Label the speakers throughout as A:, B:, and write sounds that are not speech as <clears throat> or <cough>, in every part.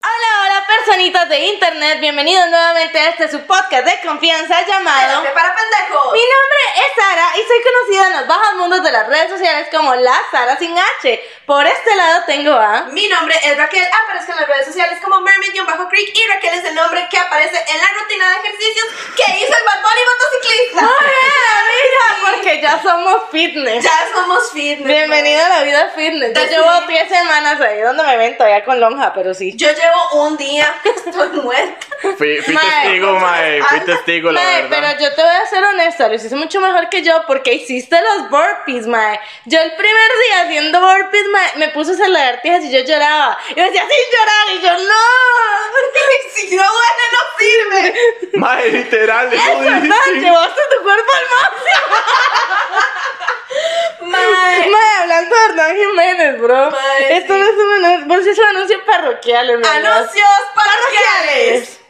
A: Hola, hola, personitas de internet. Bienvenidos nuevamente a este su podcast de confianza llamado.
B: Este, para pendejos!
A: Mi nombre es Sara y soy conocida en los bajos mundos de las redes sociales como la Sara sin H. Por este lado tengo a.
B: Mi nombre es Raquel, aparezco en las redes sociales como Mermaid-Creek y Raquel es el nombre que aparece en la rutina de ejercicios que hizo el Bad Bunny motociclista.
A: Mira, porque ya somos fitness.
B: Ya somos fitness.
A: Bienvenido a la vida fitness. Yo
B: Así
A: llevo
B: es.
A: 10 semanas ahí donde me ven todavía con lonja, pero sí.
B: Yo llevo un día que estoy muerta.
C: Fui, fui
A: Mae,
C: testigo, mae, fui
B: anda.
C: testigo, la
A: Mae,
C: verdad.
A: pero yo te voy a ser honesta, lo hiciste mucho mejor que yo porque hiciste los burpees, mae. Yo el primer día haciendo burpees, mae, me puse a hacer lagartijas y yo lloraba. Y me decía, sin llorar, y yo,
B: <laughs>
A: no.
B: si no duele, no sirve.
A: <laughs>
C: Mae, literal, eso
A: ¿Verdad?
C: dijiste.
A: Llevaste tu cuerpo al máximo.
B: Mae.
A: Mae, hablando de Hernán Jiménez, bro.
B: Mae,
A: Esto
B: sí. Ah,
A: no es un anuncio, bueno, sí es un anuncio parroquial, hermano.
B: Anuncios parroquiales.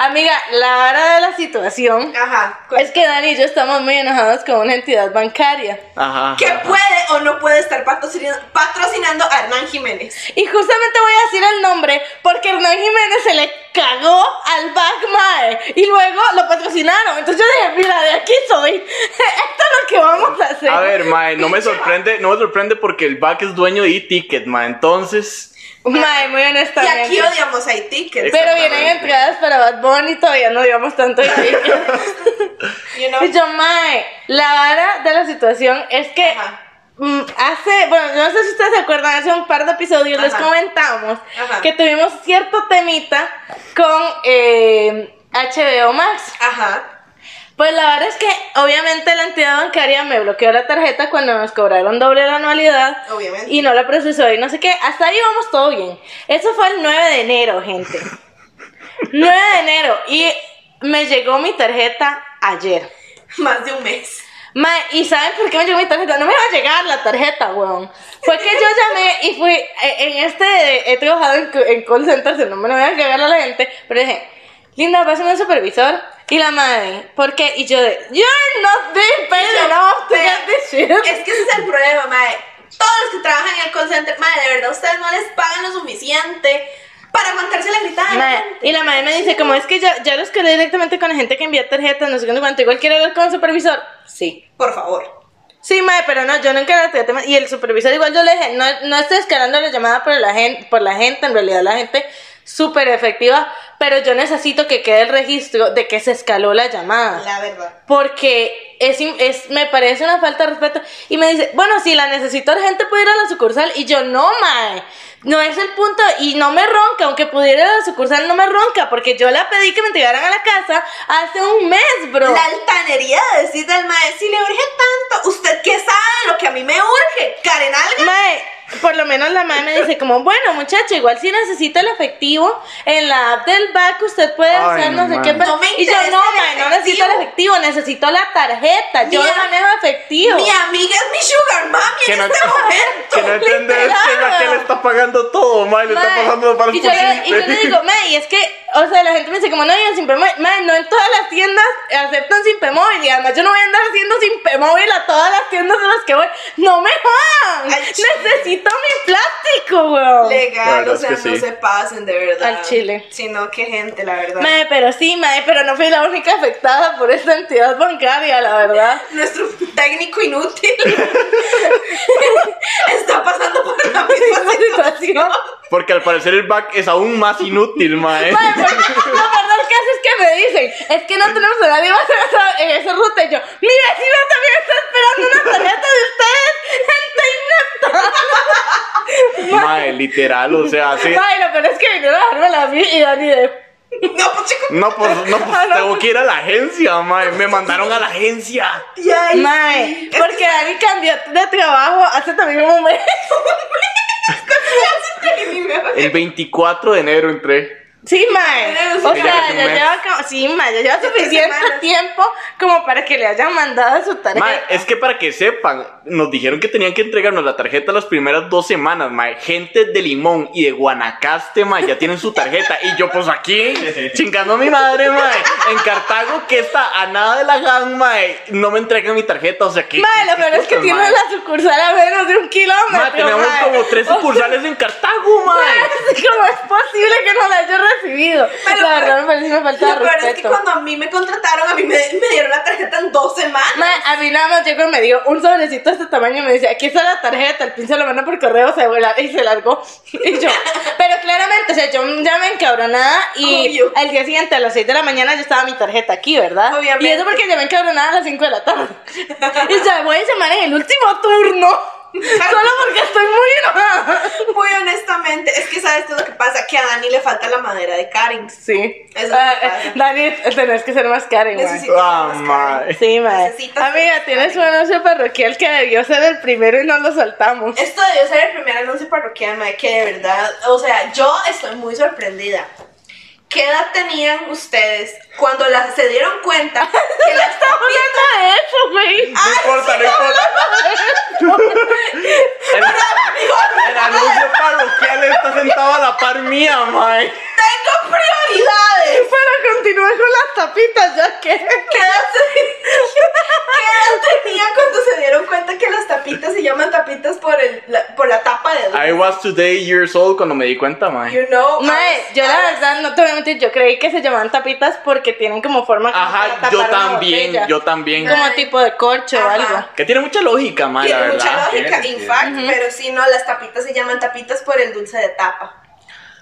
A: Amiga, la hora de la situación
B: Ajá.
A: es que Dani y yo estamos muy enojados con una entidad bancaria.
C: Ajá.
B: Que puede o no puede estar patrocin- patrocinando a Hernán Jiménez.
A: Y justamente voy a decir el nombre porque Hernán Jiménez se le cagó al Back Mae y luego lo patrocinaron. Entonces yo dije, mira, de aquí soy. <laughs> Esto es lo que vamos a hacer.
C: A ver, mae, no me sorprende, no me sorprende porque el back es dueño de e-ticket, mae. Entonces,
A: Mae, muy
B: Y
A: honestamente.
B: aquí odiamos a tickets.
A: Pero vienen
C: Exactamente.
A: entradas para Bad Bunny, todavía no digamos tanto
B: <laughs>
A: de tickets.
B: You know?
A: Y yo, mae, la vara de la situación es que
B: Ajá.
A: mm, hace, bueno, yo no sé si ustedes se acuerdan, hace un par de episodios les
B: Ajá.
A: comentamos
B: Ajá.
A: que tuvimos cierto temita con eh, HBO Max.
B: Ajá.
A: Pues la verdad es que obviamente la entidad bancaria me bloqueó la tarjeta cuando nos cobraron doble la anualidad.
B: Obviamente.
A: Y no la procesó y no sé qué. Hasta ahí vamos todo bien. Eso fue el 9 de enero, gente. 9 de enero. Y me llegó mi tarjeta ayer.
B: Más de un mes.
A: Ma, ¿y saben por qué me llegó mi tarjeta? No me va a llegar la tarjeta, weón. Fue que yo llamé y fui, eh, en este, he trabajado en, co- en call centers, no me lo voy a cagar a la gente, pero dije, linda, pásame un supervisor. Y la madre, ¿por qué? Y yo de, you're not being paid
B: Yo,
A: enough to
B: vea,
A: get this shit.
B: Es que ese es el problema, mae. Todos los que trabajan en el call center, mae, de verdad, ustedes no les pagan lo suficiente para aguantarse la gritada. de la
A: Ma,
B: gente.
A: y la madre me dice, como es que ya, ya los quedé directamente con la gente que envía tarjetas, no sé qué, cuánto, igual quiero hablar con el supervisor. Sí.
B: Por favor.
A: Sí, madre, pero no, yo nunca la traté mal. Y el supervisor igual yo le dije, no, no estoy descarando la llamada por la gente, por la gente, en realidad la gente súper efectiva, pero yo necesito que quede el registro de que se escaló la llamada.
B: La verdad.
A: Porque es, im- es, me parece una falta de respeto. Y me dice, bueno, si la necesito urgente, puedo ir a la sucursal. Y yo, no, mae, no es el punto. Y no me ronca, aunque pudiera ir a la sucursal, no me ronca. Porque yo la pedí que me entregaran a la casa hace un mes, bro.
B: La altanería de decirle al mae, si le urge tanto, ¿usted qué sabe lo que a mí me urge? ¿Karen Alga?
A: Mae, por lo menos la madre me dice como, bueno muchacho, igual si necesita el efectivo, en la app del banco usted puede
C: Ay,
A: hacer no sé
C: mae.
A: qué. pa-".
B: No me
A: y yo,
B: interesa
A: no,
B: el
A: mae, no necesito el
B: efectivo.
A: efectivo, necesito la tarjeta, yo
B: Mi
A: no
B: a-
A: manejo efectivo.
B: Mi amiga es mi sugar mami
C: que
B: en
C: no,
B: este momento.
A: <laughs>
C: que no entender es que
A: literal.
C: Raquel está pagando todo, mae, le está
A: Mae,
C: pagando para
A: y, yo le, y yo le digo, mae, y es que, o sea, la gente me dice como, no, yo sin Pemóvil". Mae, no en todas las tiendas aceptan sin Pemóvil, y además yo no voy a andar haciendo sin Pemóvil a todas las tiendas en las que voy, no me jodan,
B: Ay, chile.
A: necesito mi plástico, weón.
C: La
B: Legal,
C: verdad
B: o
C: es
B: sea,
C: que
B: no
C: sí.
B: se pasen de verdad.
A: Al chile.
B: Sino que gente, la verdad.
A: Mae, pero sí, mae, pero no fui la única afectada por esta entidad bancaria, la verdad.
B: Nuestro técnico inútil <laughs> está pasando por la misma situación.
C: <laughs> Porque al parecer el back es aún más inútil, mae.
A: <laughs> Mae, pero lo peor del caso es que me dicen, es que no tenemos a nadie más en esa, en esa ruta. Y yo, mi vecino también está esperando una tarjeta de ustedes, gente
C: Mae, literal, o sea, así.
A: Ay, lo peor es que vinieron a dármela a mí y Dani de.
B: No, pues chico.
C: No, pues, no, pues
A: Ah, no.
C: tengo que ir a la agencia, mae. Me mandaron a la agencia.
B: Y ahí.
A: Mae, porque Dani cambió de trabajo hace también un mes. <laughs>
C: El 24 de enero entré.
A: Sí, mae. O
B: Ya
A: sea,
C: casi un
A: ya
C: mes.
A: lleva, como- sí, mae, ya lleva suficiente
B: semanas.
A: tiempo como para que le hayan mandado su tarjeta.
C: Mae, es que para que sepan, nos dijeron que tenían que entregarnos la tarjeta las primeras dos semanas, mae. Gente de Limón y de Guanacaste, mae, ya tienen su tarjeta. Y yo, pues aquí, chingando a mi madre, mae. En Cartago, que está a nada de la gang, mae. No me entregan mi tarjeta, o sea que.
A: Mae, lo peor es que
C: putas,
A: tiene
C: mae.
A: la sucursal a menos de un kilómetro.
C: Mae, tenemos
A: mae.
C: como tres
A: O sea,
C: sucursales en Cartago, mae.
A: Mae, ¿Cómo es posible que no la haya recibido?
B: Pero-
A: la verdad me parece una falta de
B: Lo peor es que
A: respeto.
B: cuando a mí me contrataron, a mí me, me dieron la tarjeta en dos semanas.
A: Mae, a mí nada más llegó y me dio un sobrecito de este tamaño y me dice, aquí está la tarjeta, el pin se lo manda por correo, se vuela y se largó. <laughs> Y yo, pero claramente, o sea, yo ya me encabronada y
B: Obvio.
A: al día siguiente a las 6 de la mañana ya estaba mi tarjeta aquí, ¿verdad?
B: Obviamente.
A: Y eso porque ya me encabronada a las 5 de la tarde. <laughs> y ya voy a llamar en el último
B: <laughs>
A: turno, solo porque estoy muy enojada.
B: Muy honestamente, es que sabes qué es lo que pasa, que a Dani le falta la madera de Karen.
A: Sí.
B: Eso es lo que
A: Ah,
B: pasa.
A: Dani, tenés que ser más Karen, mae.
B: Necesito
C: Ah,
B: más
C: mae.
B: Karen.
A: Sí, mae.
B: Necesitas
A: Amiga,
B: más
A: tienes un
B: Karen.
A: anuncio parroquial que debió ser el primero y no lo soltamos. <laughs>
B: Esto debió ser el primer anuncio parroquial, mae, que de verdad, o sea, yo estoy muy sorprendida. ¿Qué edad tenían ustedes cuando las, se dieron cuenta que las
A: Estamos hablando de eso, güey.
C: No importa, no importa. El, el anuncio parroquial está sentado a la par mía, mae.
B: tengo
A: <laughs>
B: prioridades?
A: Pero continúa con las tapitas, ya que.
B: ¿Qué edad, <laughs> se- qué edad tenían cuando se dieron cuenta que las tapitas se llaman tapitas por, el, la, por la tapa de
C: I was today years old cuando me di cuenta, mae.
B: You know,
A: Mae,
B: I was-
A: yo la
B: I was-
A: verdad no te voy a mentir, yo creí que se llamaban tapitas porque tienen como forma como para
C: Ajá,
A: tapar
C: yo
A: una
C: también,
A: botella.
C: yo también.
A: Como tipo de corcho o
B: Ajá.
A: algo.
C: Que tiene mucha lógica, mae, la
B: ah, Tiene mucha
C: verdad.
B: lógica,
D: tiene
B: in
D: sentido.
B: fact, pero si no, las tapitas se llaman tapitas por el dulce de tapa.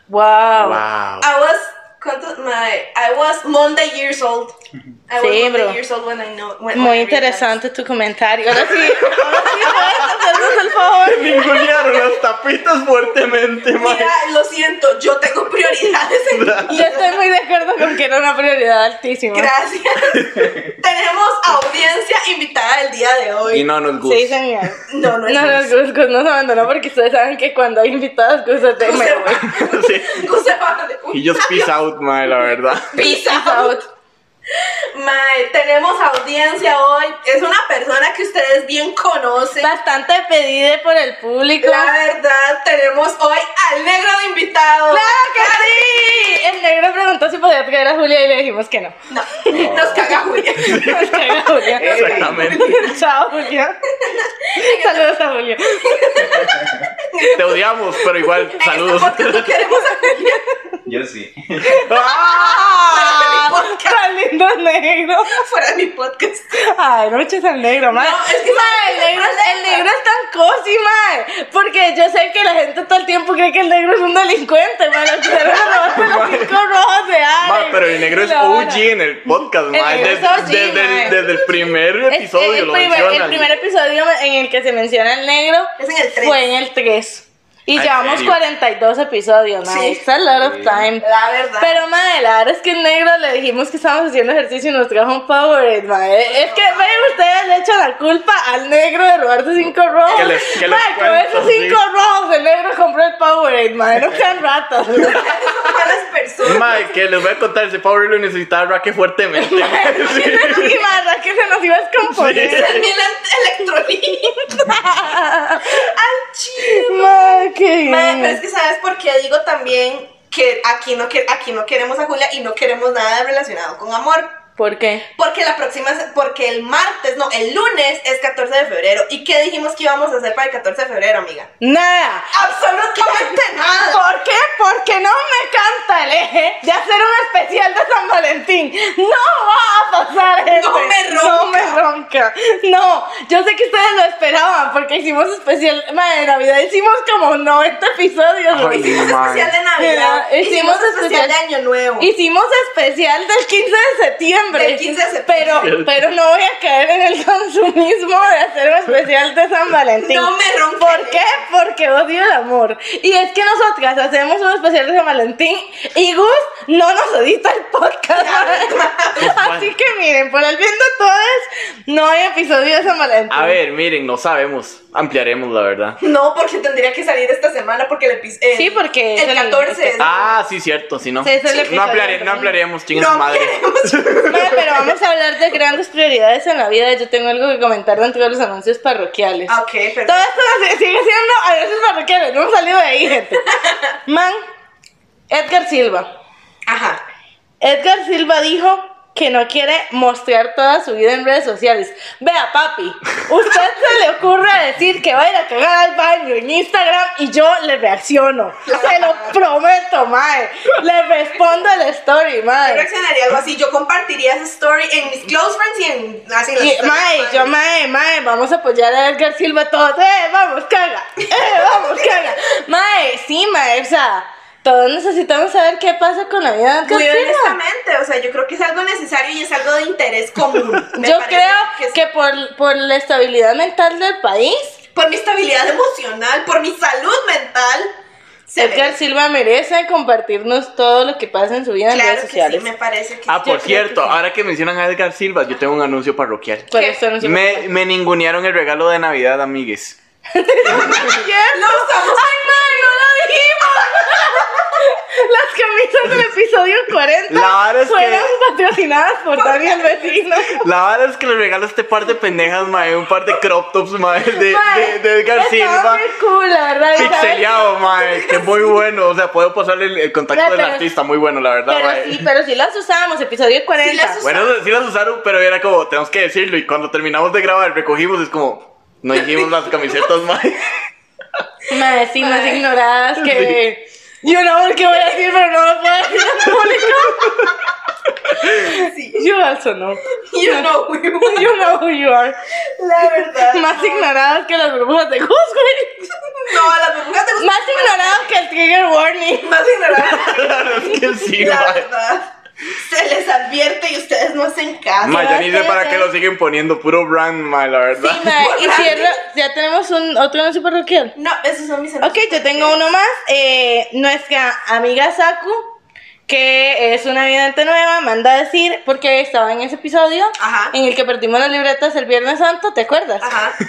A: Wow.
C: Wow.
B: I was ¿cuánto? My- I was Monday years old. I was
A: Sí,
B: Monday
A: bro.
B: years old when I know. when I
A: Muy
B: realized.
A: interesante tu comentario. Ahora sí, ahora sí, puedes hacernos el favor.
B: <laughs>
C: Ningunearon las tapitas fuertemente, mae.
B: Mira, lo siento, yo tengo prioridades en mi
A: Yo
B: vida.
A: estoy muy de acuerdo con que era una prioridad altísima.
C: <laughs>
B: Gracias. Tenemos audiencia invitada el día de
C: Y
B: hoy.
C: no nos
A: Sí,
C: gusta.
A: señor.
B: No, no es
A: No, no,
B: eso.
A: Gus, Gus nos abandonó porque ustedes saben que cuando hay invitados,
B: <laughs>
A: Gus es de
B: Gus
A: me
B: se
A: voy.
B: va.
C: <laughs> Sí.
B: Gus se va de-
C: Y just peace out, mae, la verdad.
B: Peace out. Mae, tenemos audiencia hoy. Es una persona que ustedes bien conocen.
A: Bastante pedida por el público.
B: La verdad, tenemos hoy al negro de invitado.
A: ¡Claro que sí! El negro preguntó si podía traer a Julia y le
B: <laughs>
A: dijimos que no.
B: No, nos caga Julia.
C: <laughs>
A: Nos caga Julia.
B: Eh.
C: Exactamente.
A: <laughs>
B: <laughs>
A: Chao, Julia. Saludos a Julia.
C: Te odiamos, pero igual, saludos.
B: En este
C: <laughs>
B: podcast no queremos a Julia.
D: Yo sí.
A: ¡Ah!
B: Fuera de mi podcast. <laughs>
A: ¡Tan lindo negro!
B: Fuera de mi podcast.
A: Ay, no me eches al negro, madre.
B: No, es que
A: Mae, el, negro, el negro es tan cosi, madre. Porque yo sé que la gente todo el tiempo cree que el negro es un delincuente, madre. El negro robarse los cinco rojos de Ares.
C: Ma, pero el negro es
A: La vara.
C: OG en el podcast,
A: El
C: ma.
A: negro es
C: Desde,
A: OG,
C: desde
A: mae.
C: el, desde el primer
A: Es-
C: este episodio
A: el,
C: lo
A: primer, el
C: mencionan.
A: primer episodio en el que se menciona el negro
B: Es en el tres.
A: fue en el 3. Y
C: Ah, ¿en
A: llevamos
C: serio?
A: 42 episodios, madre.
B: Sí.
A: It's a lot of time.
B: La verdad.
A: Pero madre, la verdad es que el negro le dijimos que estábamos haciendo ejercicio y nos trajo un power, madre. Es que vean ustedes le echan la culpa al negro de robarse cinco rojos.
C: Que les- que les
A: Mae, con
C: cuento,
A: esos
C: sí.
A: cinco rojos el negro compró el power, madre. No sean
C: <laughs>
A: ratas.
B: Son malas personas.
C: Ma, que les voy a contar, ese power lo necesitaba Raque fuertemente.
A: <laughs>
C: ma. Sí.
A: <laughs> Y madre, que se nos iba a descomponer.
C: Sí.
B: También el
A: <laughs>
B: electrolito. Al chile.
A: Madre, qué bien.
B: Mae,
C: pues,
B: pero es que sabes por qué digo también que aquí no, que aquí no queremos a Julia y no queremos nada relacionado con amor.
A: ¿Por qué?
B: Porque la próxima, se- porque el martes, no, el lunes es 14 de febrero. ¿Y qué dijimos que íbamos a hacer para el 14 de febrero, amiga?
A: Nada. <laughs>
B: Absolutamente nada.
A: ¿Por qué? Porque no me canta el eje de hacer un especial de San Valentín. No va a pasar gente.
B: me
A: No
B: ronca.
A: me ronca. loca. No, yo sé que ustedes lo esperaban porque hicimos especial. Madre, de Navidad hicimos como 90 episodios.
C: Ay,
A: güey.
B: Hicimos
C: Mae.
B: especial de Navidad.
A: Mira, hicimos
B: hicimos especial
A: especial-
B: de Año Nuevo.
A: Hicimos especial del 15 de septiembre.
B: Del 15 de septiembre.
A: Pero, pero no voy a caer en el consumismo de hacer un especial de San Valentín.
B: No me rompe.
A: ¿Por qué? Porque odio el amor. Y es que nosotras hacemos un especial de San Valentín y Gus no nos edita el podcast. <laughs> Así que miren, por el bien de todos, no hay episodio de San Valentín.
C: A ver, miren, no sabemos. Ampliaremos, la verdad.
B: No, porque tendría que salir esta semana porque el episodio.
A: Sí, porque es
B: El
A: el-
B: 14 es.
C: Ah, sí, cierto, si no.
A: Sí, es el episodio
C: no, ampliare-
A: también.
C: no ampliaremos, chingue su
B: no
C: madre. <laughs>
B: queremos.
A: Mae, pero vamos a hablar de grandes prioridades en la vida. Yo tengo algo que comentar dentro de los anuncios parroquiales.
B: Ah, ok, pero.
A: Todo esto se- sigue siendo anuncios parroquiales. No hemos salido de ahí, gente. Man, Edgar Silva.
B: Ajá.
A: Edgar Silva dijo que no quiere mostrar toda su vida en redes sociales. Vea, papi, usted se le ocurre decir que va a ir a cagar al baño en Instagram y yo le reacciono. Se lo prometo, mae. Le respondo el story,
B: Yo
A: mae.
B: reaccionaría algo así. Yo compartiría esa story en mis close friends y en. Así en las
A: Y,
B: stories,
A: mae,
B: mae.
A: yo, mae, mae, vamos a apoyar a Edgar Silva todos. ¡Eh, vamos, caga! ¡Eh, vamos, caga! Mae, sí, mae, o sea, todos necesitamos saber qué pasa con la vida de Edgar
B: Muy
A: Silva.
B: honestamente, o sea, yo creo que es algo necesario y es algo de interés
A: <laughs>
B: común. Me
A: Yo
B: parece
A: creo
B: es-
A: que por, por la estabilidad mental del país,
B: por mi estabilidad emocional, por mi salud mental, se
A: Edgar
B: merece.
A: Silva merece compartirnos todo lo que pasa en su vida en
B: Claro
A: redes
B: que
A: sociales.
B: sí, me parece que
C: Ah,
B: sí.
A: creo
C: por
A: que
C: cierto,
A: sí.
C: ahora que mencionan a Edgar Silva, yo tengo un anuncio parroquial.
A: Por
B: ¿Qué?
A: eso no se
C: Me, me ningunearon el regalo de Navidad, amigues.
B: Lo usamos.
A: ¡Ay, mae, no lo dijimos! <laughs> Las camisas del episodio 40
C: La vara es que-
A: fueron patrocinadas por Daniel Vecino.
C: La verdad es que le regalo este par de pendejas, mae, un par de crop tops, mae, de, de,
A: Mae,
C: de Edgar
A: Estaba
C: Silva.
A: muy cool, la verdad. ¿sabes?
C: Pixeleado,
A: <laughs>
C: mae, que muy bueno. O sea, puedo pasarle el, el
A: Mae,
C: contacto del
A: pero-
C: artista, muy bueno, la verdad,
A: Pero
C: mae.
A: sí, pero sí las usábamos, episodio 40.
B: Sí las us-
C: Bueno, sí las usaron, pero era como, tenemos que decirlo. Y cuando terminamos de grabar, recogimos, es como, no dijimos las camisetas, <laughs> mae.
A: Mae, sí, más ignoradas que... Yo no sé qué voy a decir, pero no lo puedo decir en público.
C: <laughs>
B: Sí.
A: You also know.
B: You know we will.
A: You know who you are.
B: <laughs> La verdad.
A: <laughs> Más ignoradas que las burbujas de Gus, güey.
B: No, las burbujas de los-
A: Más ignoradas que el trigger warning.
B: Más ignoradas.
C: La verdad es que sí,
B: la
C: mae.
B: verdad. Se les advierte y ustedes no hacen caso.
C: Mae, ya ni sé
A: Gracias,
C: para qué
A: gracias.
C: lo siguen poniendo, puro brand, mae, la verdad.
A: Sí, mae, y cierra, ya tenemos un otro anuncio parroquial.
B: No, esos son mis
A: Ok, yo tengo uno más. Eh, nuestra amiga Saku, que es una vidente nueva, manda a decir, porque estaba en ese episodio
B: Ajá. Ah.
A: en el que perdimos las libretas el Viernes Santo, ¿te acuerdas?
B: Ajá.
A: <laughs>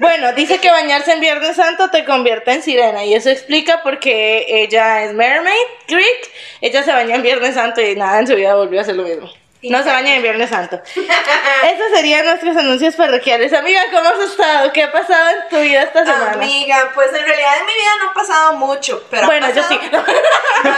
A: Bueno, dice que bañarse en Viernes Santo te convierte en sirena y eso explica porque ella es Mermaid Creek, ella se baña en Viernes Santo y nada en su vida volvió a hacer lo mismo. No se baña en Viernes Santo. Esos serían nuestros anuncios parroquiales. Amiga, ¿cómo has estado? ¿Qué ha pasado en tu vida esta semana?
B: Amiga, pues en realidad en mi vida no ha pasado mucho, pero ha
A: bueno, yo sí.
B: pasado- <laughs> Ay,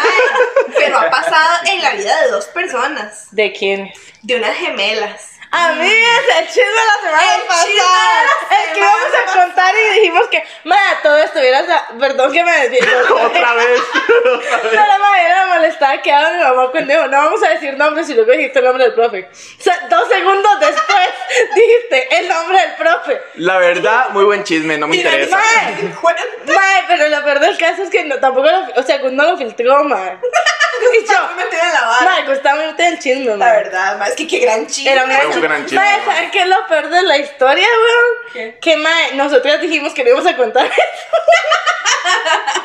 B: pero ha pasado en la vida de dos personas,
A: ¿De quién?
B: de unas gemelas.
A: Amigas, Ah, el chisme de la semana
B: El
A: pasada.
B: chisme de la
A: el que
B: semana
A: vamos a contar y dijimos que, madre, todo estuviera. sa- Perdón que me desvié.
C: <laughs> Otra vez. <laughs>
A: No, la madre era molestada que ahora mi mamá cuando dijo, no vamos a decir nombres y luego dijiste el nombre del profe. O sea, dos segundos después <laughs> dijiste el nombre del profe.
C: La verdad, muy buen chisme, no me
B: Mira,
C: interesa.
B: madre, cuenta.
A: Madre, pero lo peor del caso es que no, tampoco lo, o sea, no lo filtró, madre. Y <laughs> yo,
B: Me metí en la barra.
A: madre, gustaba meter el chisme,
B: La
A: madre.
B: verdad, más que qué gran chico.
A: Era
C: Fue un gran chisme,
A: ¿Sabes
C: güey.
A: saber qué es lo peor de la historia, weón?
B: ¿Qué?
A: Que mae, nosotras dijimos que no íbamos a contar <laughs> eso.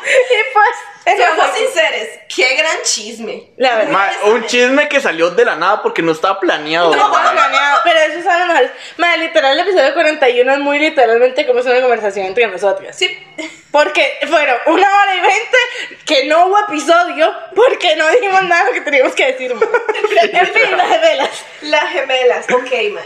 A: y pues, eso
B: Seamos
A: fue-
B: sinceros, qué gran chisme.
A: la verdad.
C: Ma, un chisme que salió de la nada porque no estaba planeado.
A: No,
C: ma.
A: fue planeado, pero eso es algo mejor. Mae, literal, el episodio 41 es muy literalmente como es una conversación entre nosotras.
B: Sí.
A: Porque fueron una hora y veinte que no hubo episodio porque no dijimos nada de lo que teníamos que decir. mae.
C: <laughs>
A: en fin, las velas.
B: Las gemelas, ok, man.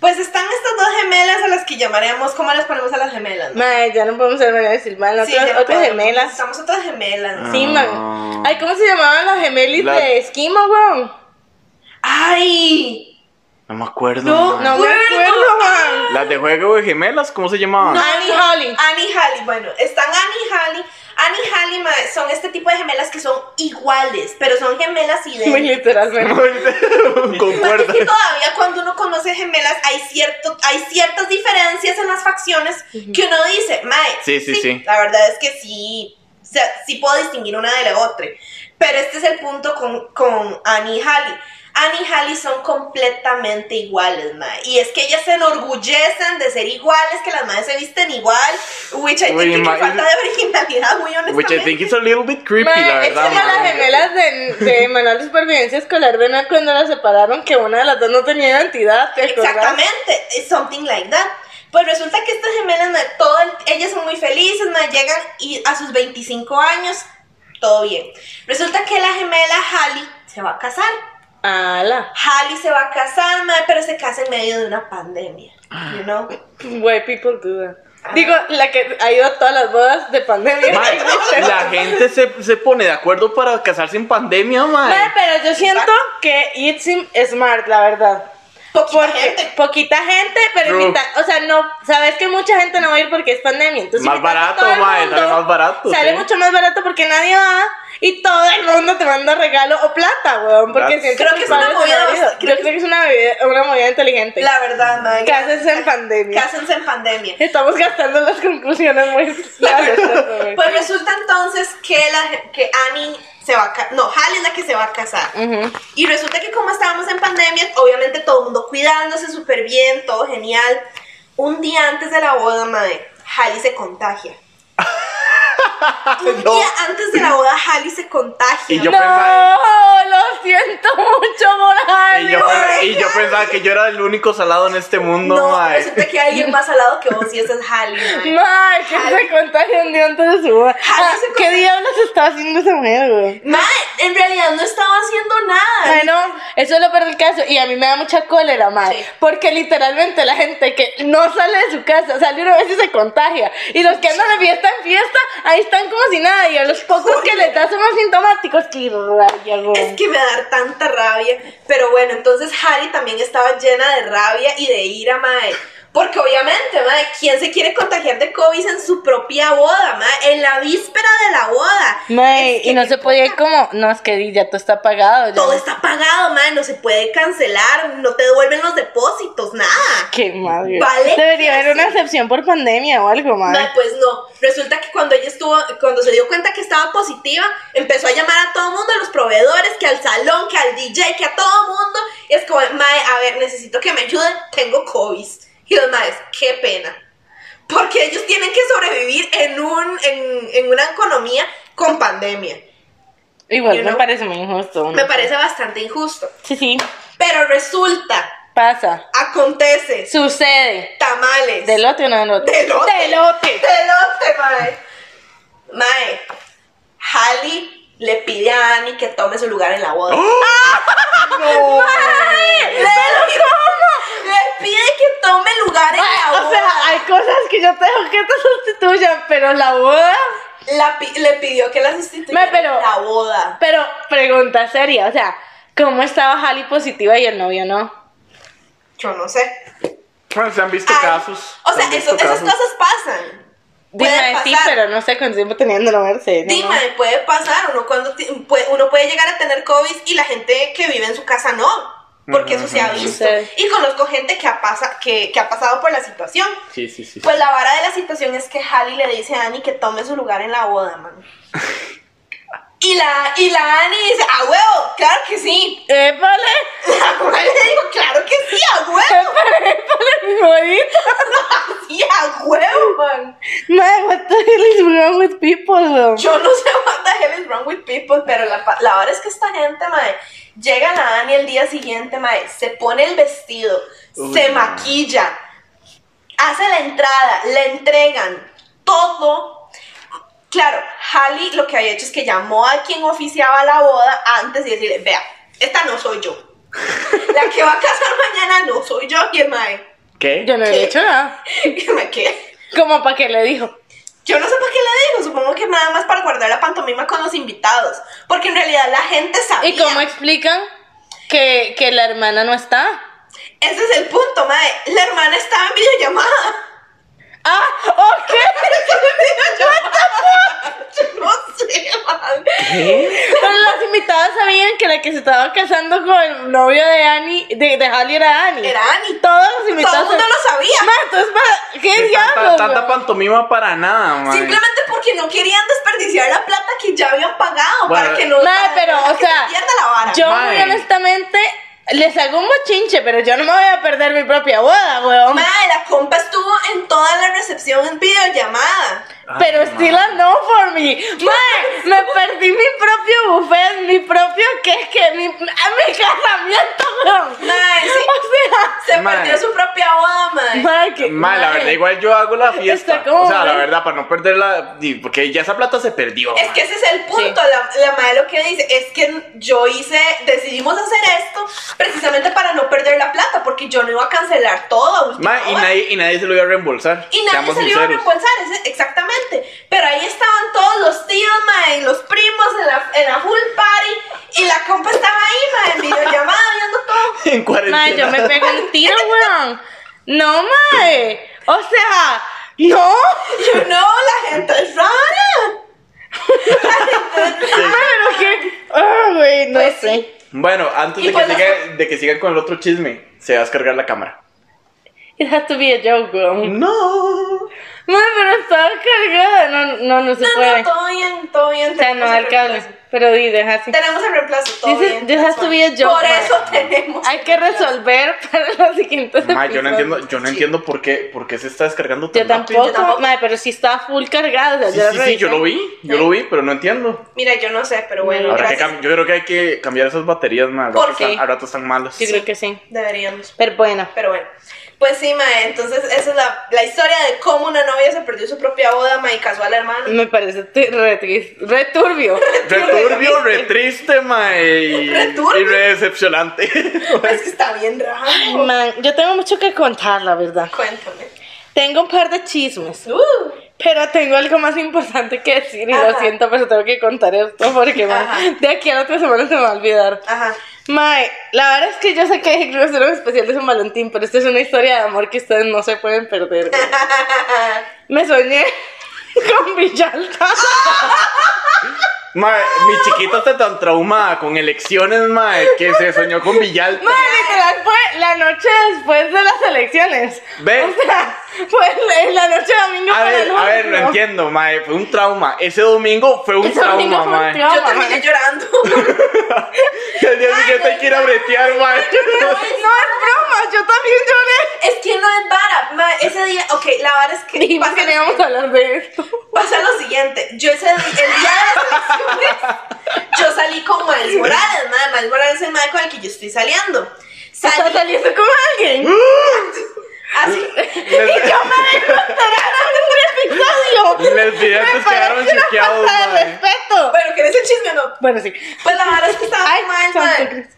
B: Pues están estas dos gemelas a las que llamaremos, ¿cómo las ponemos a las gemelas? no?
A: Mae, ya no podemos ser manera de decir mal,
B: Sí,
A: otras,
B: ya
A: otras
B: podemos.
A: gemelas.
B: Estamos otras gemelas.
A: Sí,
C: Ah.
A: man. Ay, ¿cómo se llamaban las gemelis
C: La-
A: de Esquimo, weón?
B: ¡Ay!
C: No me acuerdo.
A: No,
C: ma.
A: no me acuerdo, man.
C: Las de juego de gemelas, ¿cómo se llamaban?
A: Annie Holly.
B: Annie Holly, bueno, están Annie y Holly. Annie y Halle, mae, son este tipo de gemelas que son iguales, pero son gemelas
A: Muy
B: idénticas.
A: <laughs> literalmente.
B: Mae, es
C: Concuerda.
B: que todavía cuando uno conoce gemelas hay, cierto, hay ciertas diferencias en las facciones que uno dice, mae,
C: Sí, sí, sí.
B: la verdad es que sí, o sea, sí puedo distinguir una de la otra, pero este es el punto con, con Annie y Halle. Annie y Halle son completamente iguales, mae. Y es que ellas se enorgullecen de ser iguales, que las madres se visten igual. Which I think
C: Uy,
B: que
C: mae,
B: falta de originalidad, muy honestamente.
C: Which I think is a little bit <laughs> creepy,
A: Ma,
C: la
A: es como
C: verdad.
A: las
C: mae.
A: gemelas de, de Manual de Supervivencia Escolar de NAC cuando las separaron, que una de las dos no tenía identidad. ¿te acordás?
B: Exactamente, it's something like that. Pues resulta que estas gemelas, ma, todo el- ellas son muy felices, ma, llegan y a sus 25 años, todo bien. Resulta que la gemela Hallie se va a casar.
A: Ala.
B: Hallie se va a casar, ma, pero se casa en medio de una pandemia. You know?
A: Ah. White people do that. Digo, la que ha ido a todas las bodas de pandemia. <laughs>
C: Mae, la gente se, se pone de acuerdo para casarse en pandemia, mae.
A: Ma, pero yo siento que it's im- smart, la verdad.
B: Poquita
A: Porque
B: gente.
A: poquita gente, pero
C: True.
A: invita- o sea, no, sabes que mucha gente no va a ir porque es pandemia, entonces
C: Más
A: invitas a
C: barato,
A: todo el
C: mae,
A: mundo,
C: sale más barato,
A: Sale
C: sí.
A: mucho más barato porque nadie va y todo el mundo te manda regalo o plata, weón, porque
C: That's-
A: siento
B: Creo que es una
A: padres
B: movida
A: han habido.
B: bastante-
A: Yo creo que es una movida, una movida inteligente.
B: La verdad, ma.
A: Cásense en pandemia.
B: Cásense en pandemia.
A: Estamos gastando las conclusiones muy claras. weón.
B: Pues resulta entonces que, la, que Annie se va a casar. No, Hallie es la que se va a casar.
A: Ujú.
B: Y resulta que como estábamos en pandemia, obviamente todo el mundo cuidándose súper bien, todo genial. Un día antes de la boda, madre, Hallie se
C: <laughs>
B: contagia. Un
C: No.
B: día antes de la boda, Hallie se contagia.
C: Y yo
A: no,
C: pensaba-
A: lo siento mucho, Morales.
C: Y yo, y yo pensaba que yo era el único salado en este mundo,
B: no,
C: mae.
B: resulta que hay alguien más al lado que vos y esa es
A: <laughs>
B: Hallie, mae.
A: Mae, que se contagia un día antes de su boda.
B: Ay,
A: Ah,
B: se
A: ¿Qué diablos estaba haciendo esa mujer, güey?
B: Mae, en realidad no estaba haciendo nada.
A: Bueno, eso es lo peor del caso. Y a mí me da mucha cólera, mae.
B: Sí.
A: Porque literalmente la gente que no sale de su casa sale una vez y se contagia. Y los que andan de fiesta en fiesta, ahí están como si nada. Y a los pocos que les da son asintomáticos. Que raya, güey.
B: Es que me da tanta rabia. Pero bueno, entonces Harry también estaba llena de rabia y de ira, mae. Porque obviamente, mae, ¿quién se quiere contagiar de COVID en su propia boda, mae? En la víspera de la boda.
A: Mae,
B: Es que
A: y no se podía ir como, no, es que ya todo está apagado. Ya.
B: Todo está pagado, mae, no se puede cancelar, no te devuelven los depósitos, nada.
A: Qué madre.
B: Vale,
A: Debería haber
B: ya
A: una
B: sé.
A: excepción por pandemia o algo, mae.
B: Mae, pues no. Resulta que cuando ella estuvo, cuando se dio cuenta que estaba positiva, empezó a llamar a todo el mundo, a los proveedores, que al salón, que al DJ, que a todo mundo. Y es como, mae, a ver, necesito que me ayuden, tengo COVID. Y los maes, qué pena. Porque ellos tienen que sobrevivir en, un, en, en una economía con pandemia.
A: Igual
B: you
A: me
B: know.
A: parece muy injusto. ¿no?
B: Me parece bastante injusto.
A: Sí, sí,
B: Pero resulta,
A: pasa.
B: acontece,
A: Sucede.
B: tamales.
A: ¿Delote o no delote?
B: Delote.
A: Delote.
B: Pelote, mae. Mae, Hallie le pide a Annie que tome su lugar en la boda.
C: ¡Oh! No.
B: <laughs> Le- Le pide que tome lugar en la boda.
A: O sea, hay cosas que yo tengo que te sustituyan, pero la boda.
B: La pi- le pidió que la sustituyera
A: Mae, pero-
B: en la boda.
A: Pero pregunta seria, o sea, ¿cómo estaba Halley positiva y el novio no?
B: Yo no sé.
C: Bueno, se han visto
B: Ay,
C: casos.
B: O
C: se
B: sea,
C: han visto
B: eso- esas
C: casos.
B: cosas pasan. Pueden
A: Dime, sí,
B: pasar.
A: pero no sé cuánto tiempo teniendo la verse. ¿no?
B: Dime, puede pasar, uno, cuando ti- puede, uno puede llegar a tener COVID y la gente que vive en su casa no, porque eso se ha
C: Ujú,
B: visto.
A: sí.
B: Y conozco gente que ha, pasa, que, que ha pasado por la situación.
C: Sí, sí, sí.
B: Pues la vara de la situación es que Hallie le dice a Annie que tome su lugar en la boda, man. Y la, y la Annie dice, a huevo, claro que sí. <laughs>
A: ¡Épale!
B: La mujer le dijo, claro que sí, a
A: <laughs>
B: huevo,
A: ¡Épale, épale, mi huevito!
B: sí, a huevo, man.
A: Mae, what the hell is wrong with people, weón?
B: Yo no sé what the hell is wrong with people, pero la, pa- la verdad es que esta gente, mae, llegan a Annie el día siguiente, mae, se pone el vestido,
C: Uy,
B: se
C: mae.
B: maquilla, hace la entrada, le entregan todo. Claro, Hallie lo que había hecho es que llamó a quien oficiaba la boda antes y decirle, vea, esta no soy yo. La que va a casar mañana no soy yo, y el mae,
C: ¿Qué?
A: Yo no
B: ¿Qué?
A: he hecho nada.
B: y el mae, ¿qué?
A: Como para que le dijo.
B: Yo no sé para qué le digo, supongo que nada más para guardar la pantomima con los invitados, porque en realidad la gente sabía.
A: ¿Y cómo explican que, que la hermana no está?
B: Ese es el punto, mae. La hermana estaba en videollamada. <laughs>
A: Ah, ok.
B: No sé, man.
C: ¿Qué?
A: Pero las invitadas sabían que la que se estaba casando con el novio de Annie, de, de Halle era Annie.
B: Era Annie.
A: Todas las invitadas.
B: Todo el mundo lo sabía.
A: Ma, entonces, ma, ¿qué
C: Es
A: diablos?
C: tanta, tanta
A: weón?
C: pantomima para nada, mae.
B: Simplemente porque no querían desperdiciar la plata que ya habían pagado
C: Bueno,
B: para que no
A: Mae,
B: para
A: pero,
B: que
A: o sea,
B: se pierda la vara.
A: Yo
C: Mae.
A: muy honestamente les hago un bochinche, pero yo no me voy a perder mi propia boda, weón.
B: Mae, la compa estuvo en toda la recepción en videollamada.
C: Ay,
A: Pero
C: mae.
A: still a no for me. Mae, me perdí mi propio buffet, mi propio queque, mi, a mi casamiento, weón.
B: Mae, sí.
A: O
B: Se
C: Mae.
B: perdió su propia boda,
A: sea,
B: mae.
A: mae, que.
C: Mae, la
A: mae.
C: verdad, igual yo hago la fiesta.
A: Está como
C: O sea, la
A: muy-
C: verdad, para no perderla. y- Porque ya esa plata se perdió.
B: Es
C: mae.
B: que ese es el punto, la, la madre lo que dice es que yo hice, decidimos hacer esto precisamente para no perder la plata, porque yo no iba a cancelar todo. a última
C: Mae, y
B: hora.
C: nadie, y nadie se lo iba a reembolsar.
B: Y nadie
C: seamos
B: se lo iba a
C: sinceros.
B: reembolsar, ese- exactamente. Pero ahí estaban todos los tíos, mae, y los primos en la, en la full party, y la compa estaba ahí, mae, en videollamada, viendo todo.
C: <laughs> En cuarentena.
A: Mae, yo me pego un tiro, weón. No, mae. O sea, no.
B: Yo, no, la gente es
A: <laughs>
B: rara. La gente es
A: Mae,
B: rara.
A: pero que. Ah, güey, no
B: Pues
A: sé.
B: sí.
C: Bueno, antes
B: Y
C: de que,
B: pues
C: siga, de que siga con el otro chisme, se va a descargar la cámara.
A: It has to be a joke, weón.
C: <laughs> No.
A: Mae, pero estaba cargada. No, no, no se
B: No,
A: puede.
B: no, todo bien, todo bien.
A: O sea, no
B: tenemos
A: al
B: el
A: cable.
B: reemplazo.
A: Pero di, deja así.
B: <laughs> Tenemos el reemplazo, todo
A: This is-
B: bien.
A: this has to be a joke,
B: Por
A: mae.
B: eso tenemos.
A: pues. Hay que resolver para los siguientes
C: Mae, yo
A: episodios.
C: no entiendo, yo no entiendo por qué, por qué se está descargando tan
A: Yo tampoco,
B: Yo
C: rápido.
B: tampoco.
A: Mae, pero sí está full cargado. O sea, yo,
C: Sí, sí,
A: lo
C: sí, yo
A: revisé.
C: lo vi, yo lo vi, pero no entiendo.
B: Mira, yo no sé, pero bueno,
C: Ahora que
B: gracias.
C: cam- yo creo que hay que cambiar esas baterías, mae. al rato
B: ¿Por
C: están-
A: qué?
C: al rato están malas.
A: Yo creo que sí.
B: Deberíamos.
A: Pero bueno.
B: Pero bueno. Pues sí, mae, entonces esa es la, la historia de cómo una novia se perdió su propia boda, mae, y casó al hermano.
A: Me parece tu- re, tris- re
C: <laughs>
A: turbio.
C: Returbio, re triste, mae. Y,
B: Returbio.
C: y re <laughs> decepcionante.
B: <laughs> Es que está bien raro.
A: Ay, man, yo tengo mucho que contar, la verdad.
B: Cuéntame.
A: Tengo un par de chismes,
B: Uh,
A: pero tengo algo más importante que decir y lo
B: Ajá.
A: siento, pero tengo que contar esto porque man,
B: Ajá.
A: de aquí a la otra semana se me va a olvidar.
B: ajá.
A: Mae, la verdad es que yo sé que dije que iba a hacer un especial de San Valentín, pero esta es una historia de amor que ustedes no se pueden
B: <laughs>
A: perder. güey. Me soñé <laughs> con Villalta.
C: Mae, mi chiquita está tan traumada con elecciones, mae, que se soñó con Villalta.
A: Mae, literal fue la noche después de las elecciones.
C: Ve.
A: O sea, fue la- la noche de domingo
C: A
A: para
C: ver,
A: el
C: a ver, lo
A: domingo.
C: entiendo, mae, fue un trauma. Ese domingo fue un
A: Ese domingo
C: trauma,
A: fue un
C: mae.
A: trauma.
B: Yo terminé llorando. <laughs>
C: Que el día siguiente hay que ir a bretear, mae.
A: No es broma, yo también lloré.
B: es que no es vara. mae, ese día, ok, la vara es que.
A: Dijimos
B: pasa lo
A: que no íbamos a hablar de esto.
B: Pasa lo siguiente, yo ese el día de las elecciones, yo salí con Miles Morales, madre, Miles Morales es el madre con el que yo estoy saliendo.
A: O sea,
B: Salí
A: saliste con alguien.
B: así,
C: Les-
A: ¡Era un episodio!
C: Les
A: Me
C: videntes quedaron
A: parece una
C: choqueados,
A: falta de
C: mae.
A: respeto.
B: bueno, ¿querés el chisme o no?
A: Bueno, sí.
B: Pues la verdad es que estaba
A: Ay,
B: con Miles,
A: Santo
B: madre,
A: Cristo.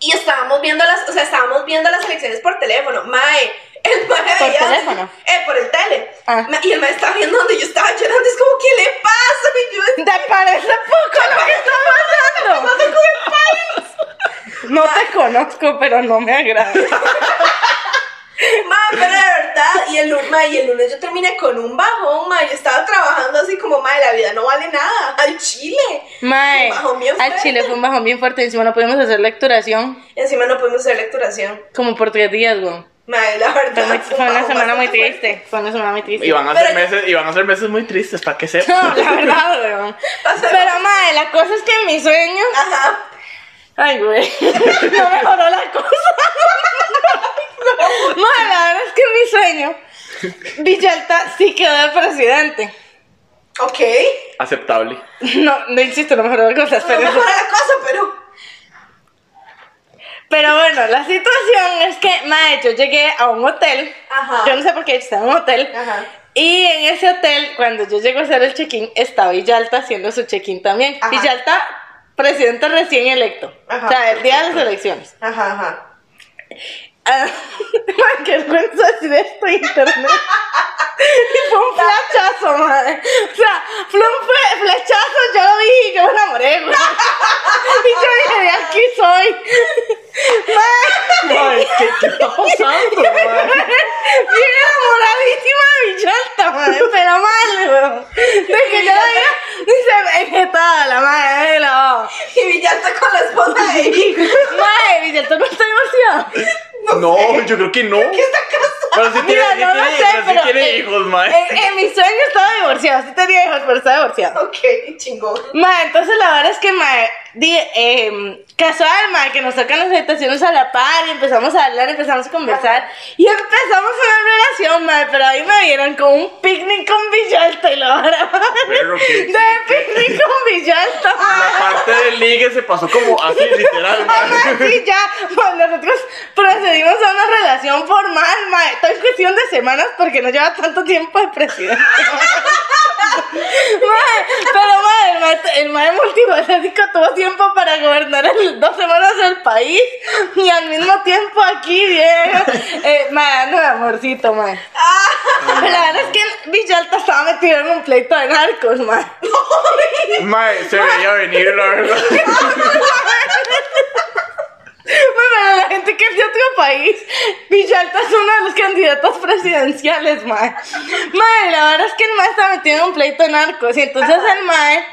B: y estábamos viendo las, o sea, estábamos viendo las elecciones por teléfono, mae, el mae
A: ¿Por
B: veía-
A: teléfono?
B: Eh, por el tele,
A: Ah.
B: Ma- y el mae estaba viendo donde yo estaba llorando, es como, ¿qué le pasa? Y yo,
A: ¿Te parece poco lo que está pasando? No te conozco, pero no
B: <laughs>
A: me agrada.
B: Ma, pero de verdad, y el, lu- ma, y el lunes yo terminé con un bajón, ma, yo estaba trabajando así como, ma, la vida no vale nada, al chile.
A: Mae,
B: Un bajón bien
A: al
B: fuerte.
A: chile fue un bajón bien fuerte. Encima no pudimos hacer lecturación
B: Y encima no pudimos hacer lecturación,
A: como por tres días, güey.
B: ma, la
A: Fue, muy-
B: verdad.
A: fue una
B: bajón
A: semana muy
B: bastante
A: triste. Fue una semana muy triste.
C: <laughs> Y van a ser
B: Pero-
C: meses, y van a ser meses muy tristes, para que sepan.
A: <laughs> No, la verdad, weón.
B: Pasó-
A: Pero, madre, la cosa es que en mis sueños.
B: fuerte. Ajá.
A: Ay, güey. <laughs> No mejoró la cosa. Madre, la verdad es que en mi sueño. Villalta sí quedó de presidente.
B: Ok.
C: Aceptable.
A: <laughs> No, no insisto, no mejoró la cosa.
B: No
A: <laughs> Pero,
B: mejora la cosa, pero.
A: pero bueno, la situación es que, madre, yo llegué a un hotel.
B: Ajá.
A: Yo no sé por qué, yo estaba en un hotel.
B: Ajá.
A: Y en ese hotel, cuando yo llego a hacer el check-in, estaba Villalta haciendo su check-in también.
B: Ajá.
A: Villalta, presidente recién electo.
B: Ajá.
A: O sea, el día de las elecciones.
B: Ajá, ajá.
A: Ah, <laughs> man, qué vergüenza decir esto en internet. Y fue un flechazo, madre. O sea, fue un fle- flechazo, yo lo vi y yo me enamoré, güey. <laughs> Y yo dije, de aquí soy. <laughs> Madre,
C: <laughs> Mae, ¿qué, qué está pasando, mae?
A: bien enamoradísima de Villalta.
B: está con la esposa de <laughs>
A: <laughs>
B: Vic.
A: Mae, Villalta no está divorciado.
C: No, yo creo que no.
B: ¿Qué está casada?
C: Pero si tiene,
A: Ah, Mira,
C: sí
A: no lo
C: tiene,
A: sé,
C: hijas, sí
A: pero- eh,
C: tiene hijos, mae.
A: En, en mi sueño estaba divorciado, sí tenía hijos, pero estaba divorciado.
B: Ok, chingón.
A: Ma, entonces la verdad es que, ma, di, eh, casual, ma, que nos tocan las habitaciones a la par y empezamos a hablar, empezamos a conversar y empezamos una relación, ma, pero ahí me vieron con un picnic con Villalta y la hora, ma,
C: Pero
A: de
C: que-
A: picnic con Villalta,
C: La
A: ma.
C: parte del ligue se pasó
A: <laughs>
C: como así, literal,
A: Ah, ma,
C: mae.
A: sí, ya, ma, nosotros procedimos a una relación formal, ma, todo es cuestión de semanas porque no lleva tanto tiempo de presidente. Mae, pero mae, el mae, el mae multifacético tuvo tiempo para gobernar en dos semanas el país y al mismo tiempo aquí, bien. Eh, mae, no, amorcito, mae. La verdad es que Villalta estaba metido en un pleito de narcos, mae.
C: Mae, se veía venir, la verdad.
A: <laughs> Mae, Pues para la gente que es de otro país, Villalta es uno de los candidatos presidenciales, mae. Mae, la verdad es que el mae está metido en un pleito de narcos y entonces el mae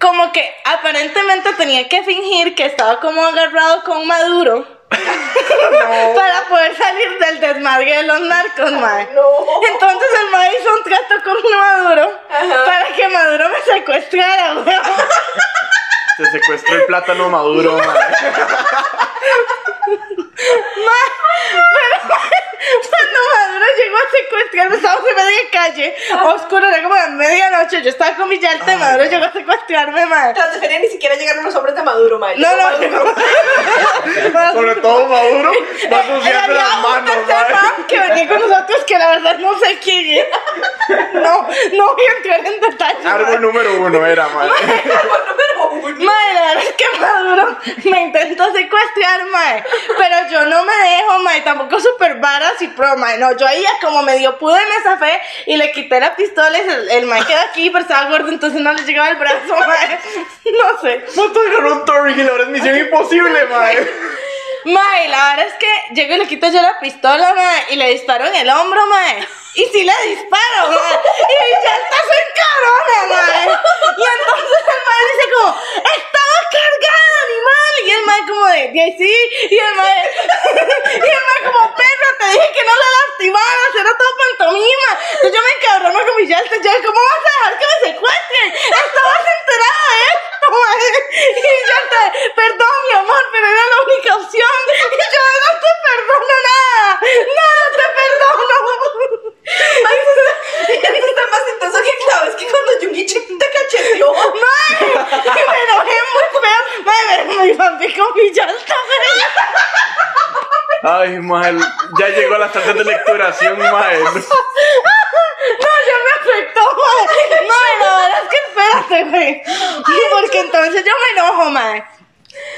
A: como que aparentemente tenía que fingir que estaba como agarrado con Maduro <laughs> para poder salir del desmadre de los narcos, mae.
B: No.
A: <laughs> Entonces el mae hizo un trato con Maduro
B: Ajá.
A: para que Maduro me secuestrara, weón.
C: Se secuestró el plátano maduro, mae.
A: <laughs> Cuando Maduro llegó a secuestrarme, estábamos en media calle, oscuro, era como de medianoche, yo estaba con mi yalta y Maduro llegó a secuestrarme, madre.
B: Tras de feria ni siquiera llegaron los hombres de Maduro, Mae.
A: No,
B: <laughs>
A: no,
B: Maduro.
C: <laughs> Sobre todo maduro, va asociando
A: Era
C: las
A: un
C: manos,
A: tercer
C: mae.
A: man que venía con nosotros que la verdad no sé quién es. <laughs> No, no voy a entrar en detalles.
C: Árbol
A: madre.
C: número uno era, mae.
B: Número uno.
A: Madre, la verdad es que Maduro me intentó secuestrar, madre. Pero yo no me dejo, madre. Tampoco super varas y pro, madre. No, yo ahí ya como medio pude me zafé y le quité la pistola. y El, el madre quedó aquí, pero estaba gordo, entonces no le llegaba el brazo, madre. <laughs> No sé.
C: <laughs> No te agarró un Torrig y la verdad es misión imposible, mae.
A: Mae, la verdad es que llego y le quito yo la pistola, mae, y le disparo en el hombro, mae. Y sí le disparo, mae. Y ya está en corona, mae. Y entonces el mae dice como, estaba cargado, animal. Y el mae como de, de ahí sí. Y el mae, <laughs> y el mae como, perro, te dije que no la lastimaras, era todo pantomima. Entonces yo me encabrono con mi yalta, yo, ¿cómo vas a dejar que me secuestren? Estabas enterada de esto, mae. Y yo te, perdón, mi amor, pero era la única opción. Y yo no te perdono nada. Nada te perdono.
B: Mae, eso está- eso está más intenso que claro. Es que cuando Yungi Chick te "Oh, cacheteó.
A: <laughs> Mae, me enojé muy feo. Mae, me, me infanté con mi yalta, mae.
C: Ay, mae, ya llegó las tarjetas de lecturación, mae.
A: No, ya me afectó,
B: <laughs>
A: mae. Mae, la verdad es que espérate, güey. <laughs> Porque entonces yo me enojo, mae.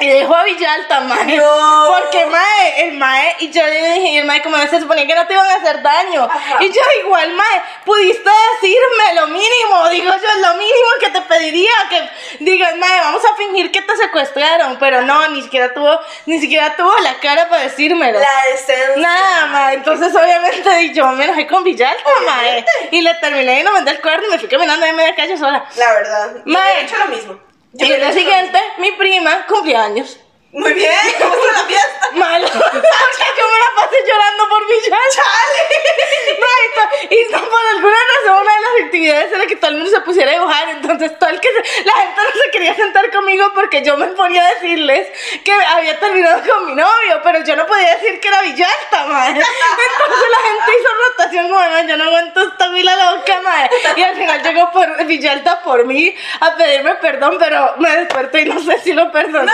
A: Y dejo a Villalta, mae.
B: No.
A: Porque, mae, el mae, y yo le dije, y el mae, como se suponía que no te iban a hacer daño.
B: Ajá.
A: Y yo, igual, mae, pudiste decirme lo mínimo, digo yo, lo mínimo que te pediría, que digas, mae, vamos a fingir que te secuestraron, pero no, ni siquiera tuvo, ni siquiera tuvo la cara para decírmelo.
B: La decencia.
A: Nada, ma, entonces obviamente yo me enojé con Villalta, ma, eh, y le terminé y no mandé el cuerno y me fui caminando ahí media calle sola.
B: La verdad. Yo
A: Mae.
B: hubiera hecho lo mismo. Yo
A: Y el
B: hubiera hecho
A: día
B: lo
A: siguiente, mi prima cumplía años.
B: mismo. Muy bien, <laughs> ¿cómo estuvo la fiesta?
A: <laughs> Mal, porque yo me la pasé llorando por Villalta. <laughs> Ma, y to- y no, por alguna razón una de las actividades era que todo el mundo se pusiera a dibujar, entonces todo el que se- la gente no se quería sentar conmigo porque yo me ponía a decirles que había terminado con mi novio, pero yo no podía decir que era Villalta, madre. Entonces la gente hizo rotación como, "No, yo no aguanto esta vila loca, madre. Y al final llegó por Villalta por mí a pedirme perdón, pero me desperté y no sé si lo perdonó.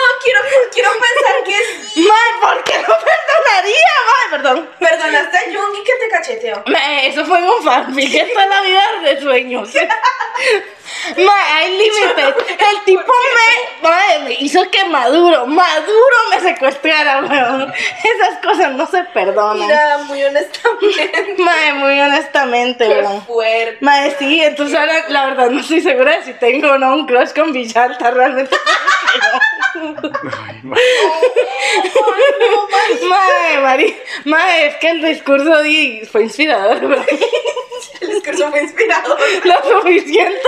B: No, quiero, quiero pensar que sí.
A: Madre, ¿por qué lo perdonaría? Madre, perdón.
B: Perdonaste a Yungi que te cacheteó.
A: Ma, eso fue en un fanfic, esto es la vida de sueños. Ma, hay límites. El tipo me, ma, me hizo que Maduro, Maduro me secuestrara, weón. Esas cosas no se perdonan.
B: Mira, muy honestamente.
A: Ma, muy honestamente,
B: Qué
A: weón.
B: fuerte.
A: Ma, sí, entonces ahora la verdad no estoy segura de si tengo o no un crush con Villalta, realmente. Mae, Mari, mae, es que el discurso di fue inspirador, weón.
B: El
A: <laughs>
B: discurso fue inspirador.
A: Lo suficiente.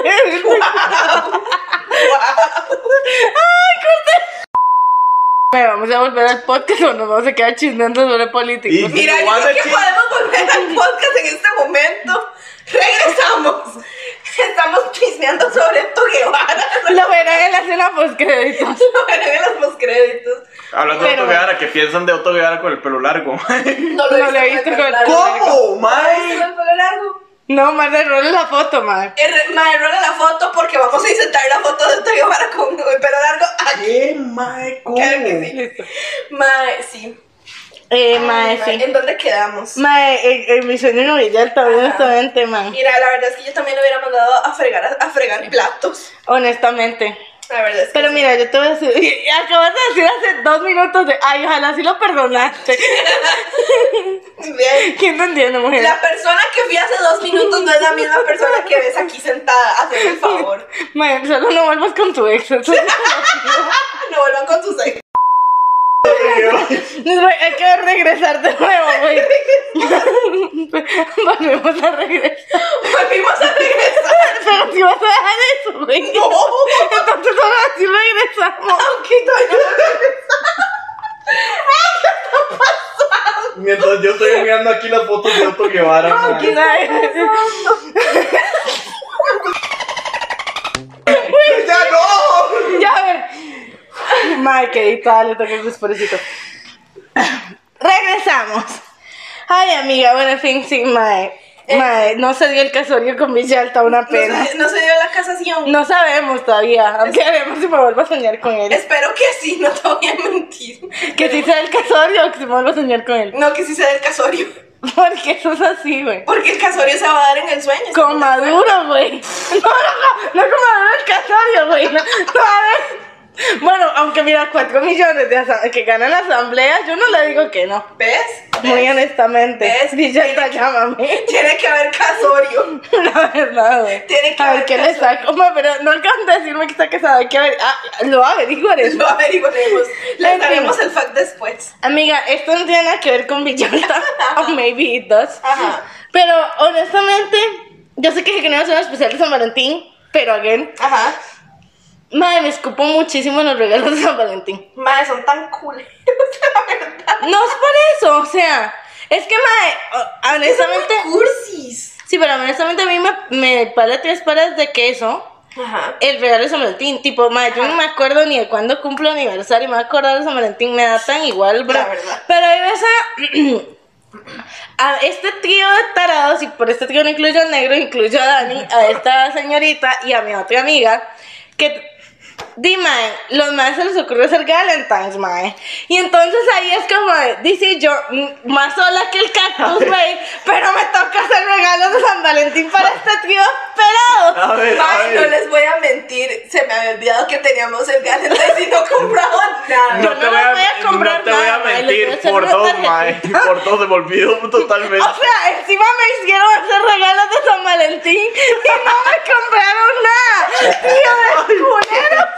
B: Wow.
A: Me vamos a volver al podcast o nos vamos a quedar chismeando sobre políticos.
C: Y-
B: Mira, yo
C: Wanda
B: creo que
C: Chi-
B: podemos volver al podcast en este momento. Regresamos. Estamos chismeando sobre tu Guevara.
A: Lo verán en la escena postcréditos.
B: Lo verán en los postcréditos.
C: Hablando de
A: Pero-
C: Otto Guevara, ¿qué piensan de Otto Guevara con el pelo largo? mae?
B: No
A: No lo he visto
B: con
A: con
B: el
A: el
B: pelo
A: co-
B: largo.
C: ¿Cómo, mae?
B: el pelo largo?
A: No, más de rol la foto, madre.
B: Er- Mae, rola la foto porque vamos a insertar la foto de tu Guevara con el pelo largo aquí.
C: ¿Qué, mae? ¿Cómo?
B: Claro que sí. Mae, sí.
A: Eh, mae,
B: Mae,
A: sí.
B: ¿En dónde quedamos?
A: Mae, eh, eh, mi sueño no brillar también,
B: Ajá.
A: honestamente, mae.
B: Mira, la verdad es que yo también lo hubiera mandado a fregar, a fregar platos.
A: Honestamente.
B: La verdad es que
A: Pero
B: sí.
A: mira, yo te voy a decir. <laughs> Acabas de decir hace dos minutos de. Ay, ojalá sí lo perdonaste. <laughs>
B: Bien.
A: ¿Quién te entiende, mujer?
B: La persona que vi hace dos minutos no es la misma persona que ves aquí sentada. Hazme el
A: <laughs>
B: favor.
A: Mae, solo no vuelvas con tu ex. eso
B: <laughs>
A: es-
B: No vuelvan con sus ex.
A: Nos voy- Hay que regresar de nuevo, güey. <laughs> Volvemos a regresar.
B: <laughs>
A: <laughs>
B: Volvimos a regresar.
A: Pero si vas a dejar eso, güey.
B: No.
A: <laughs> Entonces ahora
B: <laughs>
A: sí regresamos.
B: Aunque todavía no
C: Mientras yo estoy mirando aquí las fotos de Otto Guevara, mae. ¡Ya
A: <laughs>
C: no!
A: Ya, a ver. Mae, que editada, le toca el despobrecito. Regresamos. Ay, amiga, bueno, en fin, sí, mae. Mae, no se dio el casorio con Villalta, una
B: se- no
A: pena.
B: se, no se dio la casación.
A: No sabemos todavía, aunque veremos si me vuelvo a soñar con él.
B: Espero que sí, no te voy a mentir.
A: Que si sea el casorio o que si me vuelvo a soñar con él. <laughs>
B: No, que sí se dé el casorio.
A: Porque eso es así, güey.
B: Porque el casorio se va a dar en el sueño.
A: Con Maduro, güey. No, no, no, no con Maduro el casorio, güey. No, no, a ver. Bueno, aunque mira, 4 millones de asa- que ganan la asamblea, yo no le digo que no.
B: ¿Ves?
A: Muy honestamente. <laughs>
B: ¿Ves?
A: Villalta, llámame.
B: Tiene que haber casorio.
A: <laughs> La verdad, güey.
B: Tiene que
A: A ver
B: haber
A: qué le
B: casorio.
A: saco. Hombre, pero no alcanzan a decirme que está casado. Hay que ver. Ah, lo averiguaré.
B: Lo averiguaremos. Les
A: En fin.
B: daremos el fact después.
A: Amiga, esto no tiene nada que ver
B: <laughs>
A: con Villalta. o maybe it does.
B: Ajá.
A: Pero honestamente, yo sé que dije que no iba a hacer un especial de San Valentín, pero again.
B: Ajá.
A: Madre, me escupo muchísimo los regalos de San Valentín.
B: Madre, son tan cool. <laughs> la verdad.
A: No es por eso, o sea, es que, madre, o- honestamente,
B: Son cursis.
A: sí, pero honestamente a mí me, me para tres pares de queso
B: Ajá.
A: el regalo de San Valentín. Tipo, madre, yo no me acuerdo ni de cuándo cumplo aniversario, me voy a acordar de San Valentín, me da tan igual, bro.
B: La verdad.
A: Pero ahí ves <clears throat> a, a este trío de tarados, y por este trío no incluyo al negro, incluyo a Dani, a esta señorita y a mi otra amiga, que Di, mae, los más se les ocurre hacer Galentine's, mae. Y entonces ahí es como, de, dice yo, mm, más sola que el cactus, güey, pero me toca hacer regalos de San Valentín para este trío esperado.
C: A ver, a
B: Mae, no
C: ver.
B: les voy a mentir, se me había olvidado que teníamos el Galentine y no compraba nada.
A: <laughs> No, no les voy a comprar
C: no te voy a
A: nada, mae, les voy a
C: mentir,
A: hacer
C: por
A: una
C: dos,
A: tarjeta.
C: mae. Por dos, se me olvidó totalmente.
A: O sea, encima me hicieron hacer regalos de San Valentín y no me compraron nada. Tío de culero.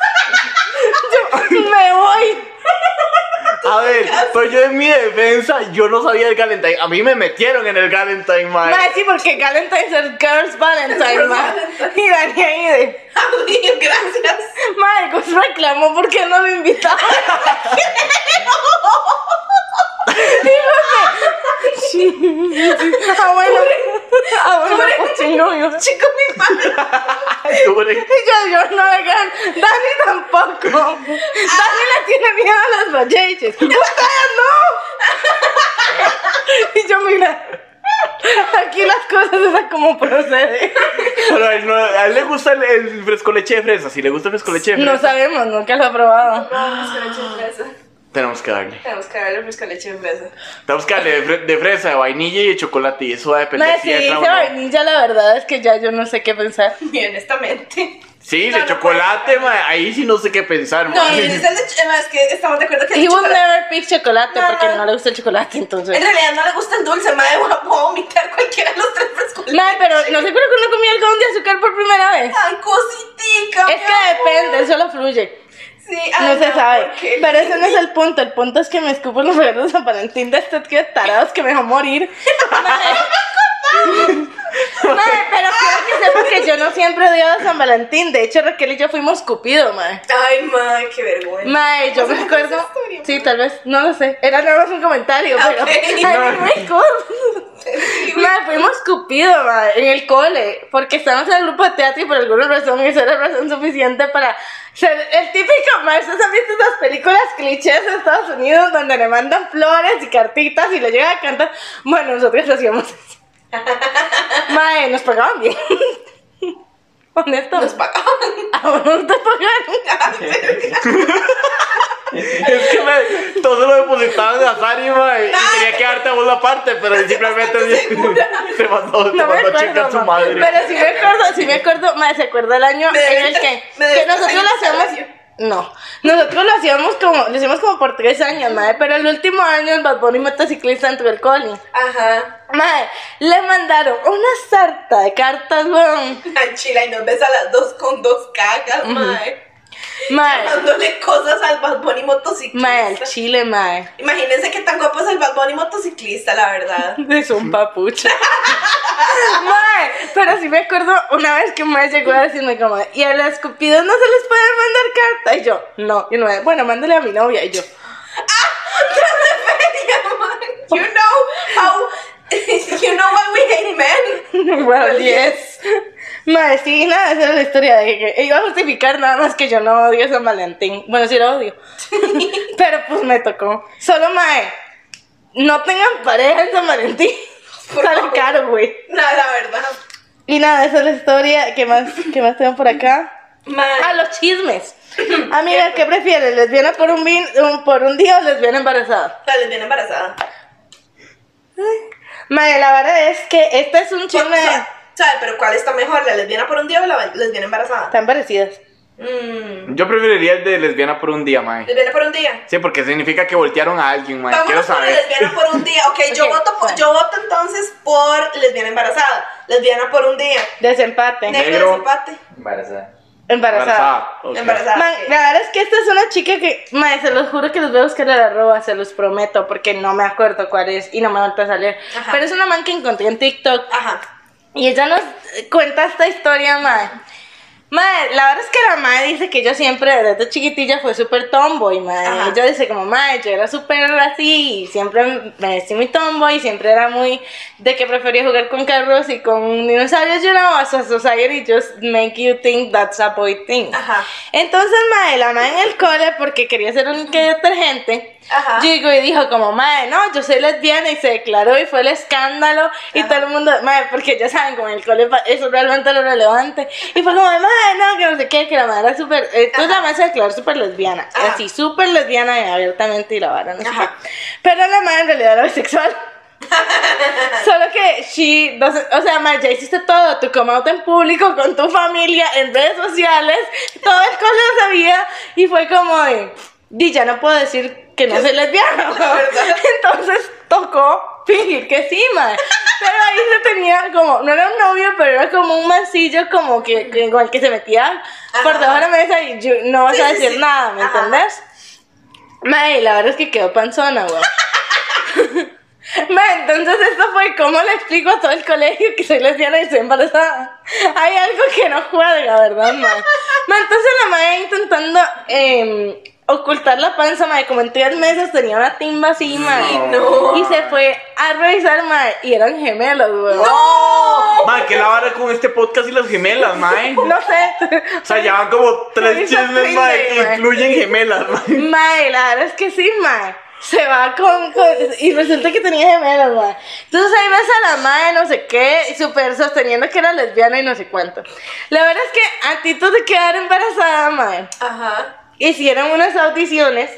A: Yo me voy.
C: A ver, pues yo en mi defensa, yo no sabía el Galentine. A mí me metieron en el Galentine,
A: Ma,
C: mae.
A: sí, porque Valentine's es Girls Valentine,
B: Girls
A: ma.
B: Valentine.
A: Y Dani ahí de.
B: Amigo, gracias.
A: Madre, pues reclamó porque no lo invitaron. Dígame. Ah, bueno. Ah, bueno, pues chingo, yo.
B: Chico, mi madre.
C: Dure.
A: Y yo, yo no, oigan, Dani tampoco. Dani le tiene miedo a las bayeches. ¡Ustedes no! Y yo, mira, aquí las cosas es como procede.
C: Pero a él, no- a él le gusta el, el fresco leche de fresa. Si le gusta el fresco leche de fresa,
A: No sabemos, nunca lo he probado.
B: Vamos, leche de fresa.
C: tenemos que darle.
B: Tenemos que darle fresco leche de <laughs> fresa.
C: Tenemos que darle de, fre- de fresa, de vainilla y de chocolate. Y eso va
A: No,
C: a depender si
A: si
C: entra
A: dice
C: o no.
A: vainilla, la verdad es que ya yo no sé qué pensar.
B: Y honestamente.
C: Sí,
B: No,
C: de
B: no
C: chocolate, mae. Ahí sí no sé qué pensar,
B: No,
A: Ah,
B: y
C: mae.
B: dice el de ch- no, es que estamos de acuerdo que el de
A: He will
B: chocolate-
A: never pick chocolate
B: No,
A: porque
B: no.
A: no le gusta el chocolate,
B: En
A: entonces.
B: realidad no le gusta el dulce, madre. Voy a voy a vomitar cualquiera de los tres frescos.
A: No, pero no sé por qué no comí algodón de azúcar por primera vez.
B: Tan cositica.
A: Es
B: mi
A: que
B: amor.
A: depende, eso lo fluye.
B: Sí,
A: No
B: ay,
A: se
B: no,
A: sabe.
B: ¿por qué?
A: Pero ese no es el punto. El punto es que me escupo en los regalos de San Valentín de estos que tarados que me dejó morir. Madre, pero quiero que sepan que yo no siempre odio a San Valentín. De hecho, Raquel y yo fuimos Cupido, madre.
B: Ay, madre, qué vergüenza.
A: Mae, yo me acuerdo. Sí, tal vez, no lo sé. Era nada más un comentario, pero.
B: Ok.
A: <laughs> Ay, no me
B: <laughs>
A: acuerdo. Mae, fuimos Cupido, mae, en el cole. Porque estábamos en el grupo de teatro y por alguna razón eso era razón suficiente para. Ser el típico, mae, ustedes han visto esas películas clichés de Estados Unidos donde le mandan flores y cartitas y le llegan a cantar. Bueno, nosotros hacíamos eso. Mae, nos pagaban bien. <laughs> Honesto.
B: Nos pagaban.
A: A uno no te pagaban.
C: <laughs> Es que me, todo se lo depositaban de azar y, mae, y tenía que darte a vos la parte, pero simplemente <laughs> se, mandó, se
A: No me
C: mandó a
A: acuerdo,
C: chingar a su
A: ma.
C: madre.
A: Pero sí me acuerdo, sí me acuerdo, ma, se acuerda el año
B: Me
A: en el
B: debes-
A: que,
B: me
A: que
B: debes
A: nosotros
B: tres años
A: lo
B: de
A: hacemos.
B: salario.
A: No, nosotros lo hacíamos como, lo hicimos como por tres años, madre, pero el último año el Bad Bunny motociclista entró el coli.
B: Ajá.
A: Madre, le mandaron una sarta de cartas, weón.
B: Ay, chila, y nos ves a las dos con dos cagas, madre.
A: Madre,
B: Dándole cosas al Bad Bunny motociclista.
A: madre, al chile, madre.
B: Imagínense qué tan guapo es el Bad Bunny motociclista, la verdad. <laughs>
A: Es un papucho. <laughs> Mae, pero sí me acuerdo una vez que Mae llegó a decirme como, y a las cupidos no se les puede mandar carta. Y yo, no, y no, bueno, mándale a mi novia. Y yo, <laughs>
B: you know how <laughs> you know why we hate men.
A: bueno, 10. Mae, sí, nada, esa era la historia de que iba a justificar nada más que yo no odio a San Valentín. Bueno, sí lo odio. <laughs> pero pues me tocó. Solo Mae, no tengan pareja en San Valentín.
B: Por
A: Sale
B: favor.
A: caro, güey.
B: No, la verdad.
A: Y nada, esa es la historia. ¿Qué más, qué más tengo por acá?
B: Man.
A: A los chismes. <laughs> Amiga, ¿qué prefieres? ¿Lesbiana por un, vin- un- por un día o lesbiana embarazada?
B: La lesbiana embarazada.
A: Mae, la verdad es que este es un chisme.
B: ¿Sabes? Pero ¿cuál está mejor? ¿La lesbiana por un día o la lesbiana embarazada?
A: Están parecidas.
B: Mm.
C: Yo preferiría el de lesbiana por un día, mae.
B: ¿Lesbiana por un día?
C: Sí, porque significa que voltearon a alguien, mae. Quiero
B: Vámonos por
C: saber.
B: lesbiana por un día. Ok, yo
A: Ok,
B: voto por,
A: bueno.
B: yo voto entonces por lesbiana embarazada. Lesbiana por un día.
A: Desempate.
C: Ne-
B: Negro
C: Negro.
B: desempate.
D: Embarazada.
A: Embarazada.
C: ok.
B: Embarazada.
A: Man, la verdad es que esta es una chica que, mae, se los juro que les voy a buscar la arroba, se los prometo, porque no me acuerdo cuál es y no me vuelta a salir.
B: Ajá.
A: Pero es una man que encontré en TikTok
B: Ajá.
A: Y ella nos cuenta esta historia, mae. Mae, la verdad es que la madre dice que ella siempre, desde chiquitilla, fue súper tomboy, mae.
B: Ajá.
A: Ella dice como, mae, yo era súper así, y siempre me vestí muy tomboy, y siempre era muy de que prefería jugar con carros y con dinosaurios, you know, as a society just make you think that's a boy thing.
B: Ajá.
A: Entonces, mae, la madre en el cole, porque quería ser un detergente,
B: Ajá.
A: llegó y dijo como, mae, no, yo soy lesbiana y se declaró y fue el escándalo y todo el mundo, mae, porque ya saben, como en el cole pa- eso realmente era relevante. Y fue como, mae, no, que no sé qué, que la madre era súper, eh, entonces la madre se declaró súper lesbiana,
B: Ajá.
A: así, súper lesbiana y abiertamente y la vara, no sé
B: Ajá.
A: qué. Pero la madre en realidad era bisexual.
B: <laughs>
A: Solo que she doesn't- o sea, ma, ya hiciste todo, tu come out en público, con tu familia, en redes sociales, todo el cole lo sabía y fue como de, di, ya no puedo decir que no soy lesbiana.
B: <laughs> La verdad.
A: <laughs> Entonces tocó fingir que sí, ma. Pero ahí se tenía como, no era un novio, pero era como un mancillo como que, que- con el que se metía por
B: Ajá.
A: debajo de la mesa y yo- no vas
B: Sí,
A: a
B: sí,
A: decir
B: sí.
A: nada, ¿me
B: Ajá.
A: entendés? Mae, la verdad es que quedó panzona, weón. Mae, entonces esto fue cómo le explico a todo el colegio que soy lesbiana y estoy embarazada. Hay algo que no juega, ¿verdad, mae? Mae, entonces la mae intentando em, ocultar la panza, mae, como en tres meses tenía una timba así, mae.
C: no.
A: Y se fue a revisar, mae, y eran gemelos, weón.
C: ¡No! Mae, que la vara con este podcast y las gemelas, mae.
A: No sé.
C: O sea, ya van como tres
A: Esa
C: chismes,
A: triste,
C: mae, que
A: mae.
C: incluyen gemelas, mae.
A: Mae, la verdad es que sí, mae. Se va con, con- Y resulta que tenía gemelas, mae. Entonces ahí ves a la mae, no sé qué, y súper sosteniendo que era lesbiana y no sé cuánto. La verdad es que a ti tú te quedar embarazada, mae.
B: Ajá.
A: Hicieron unas audiciones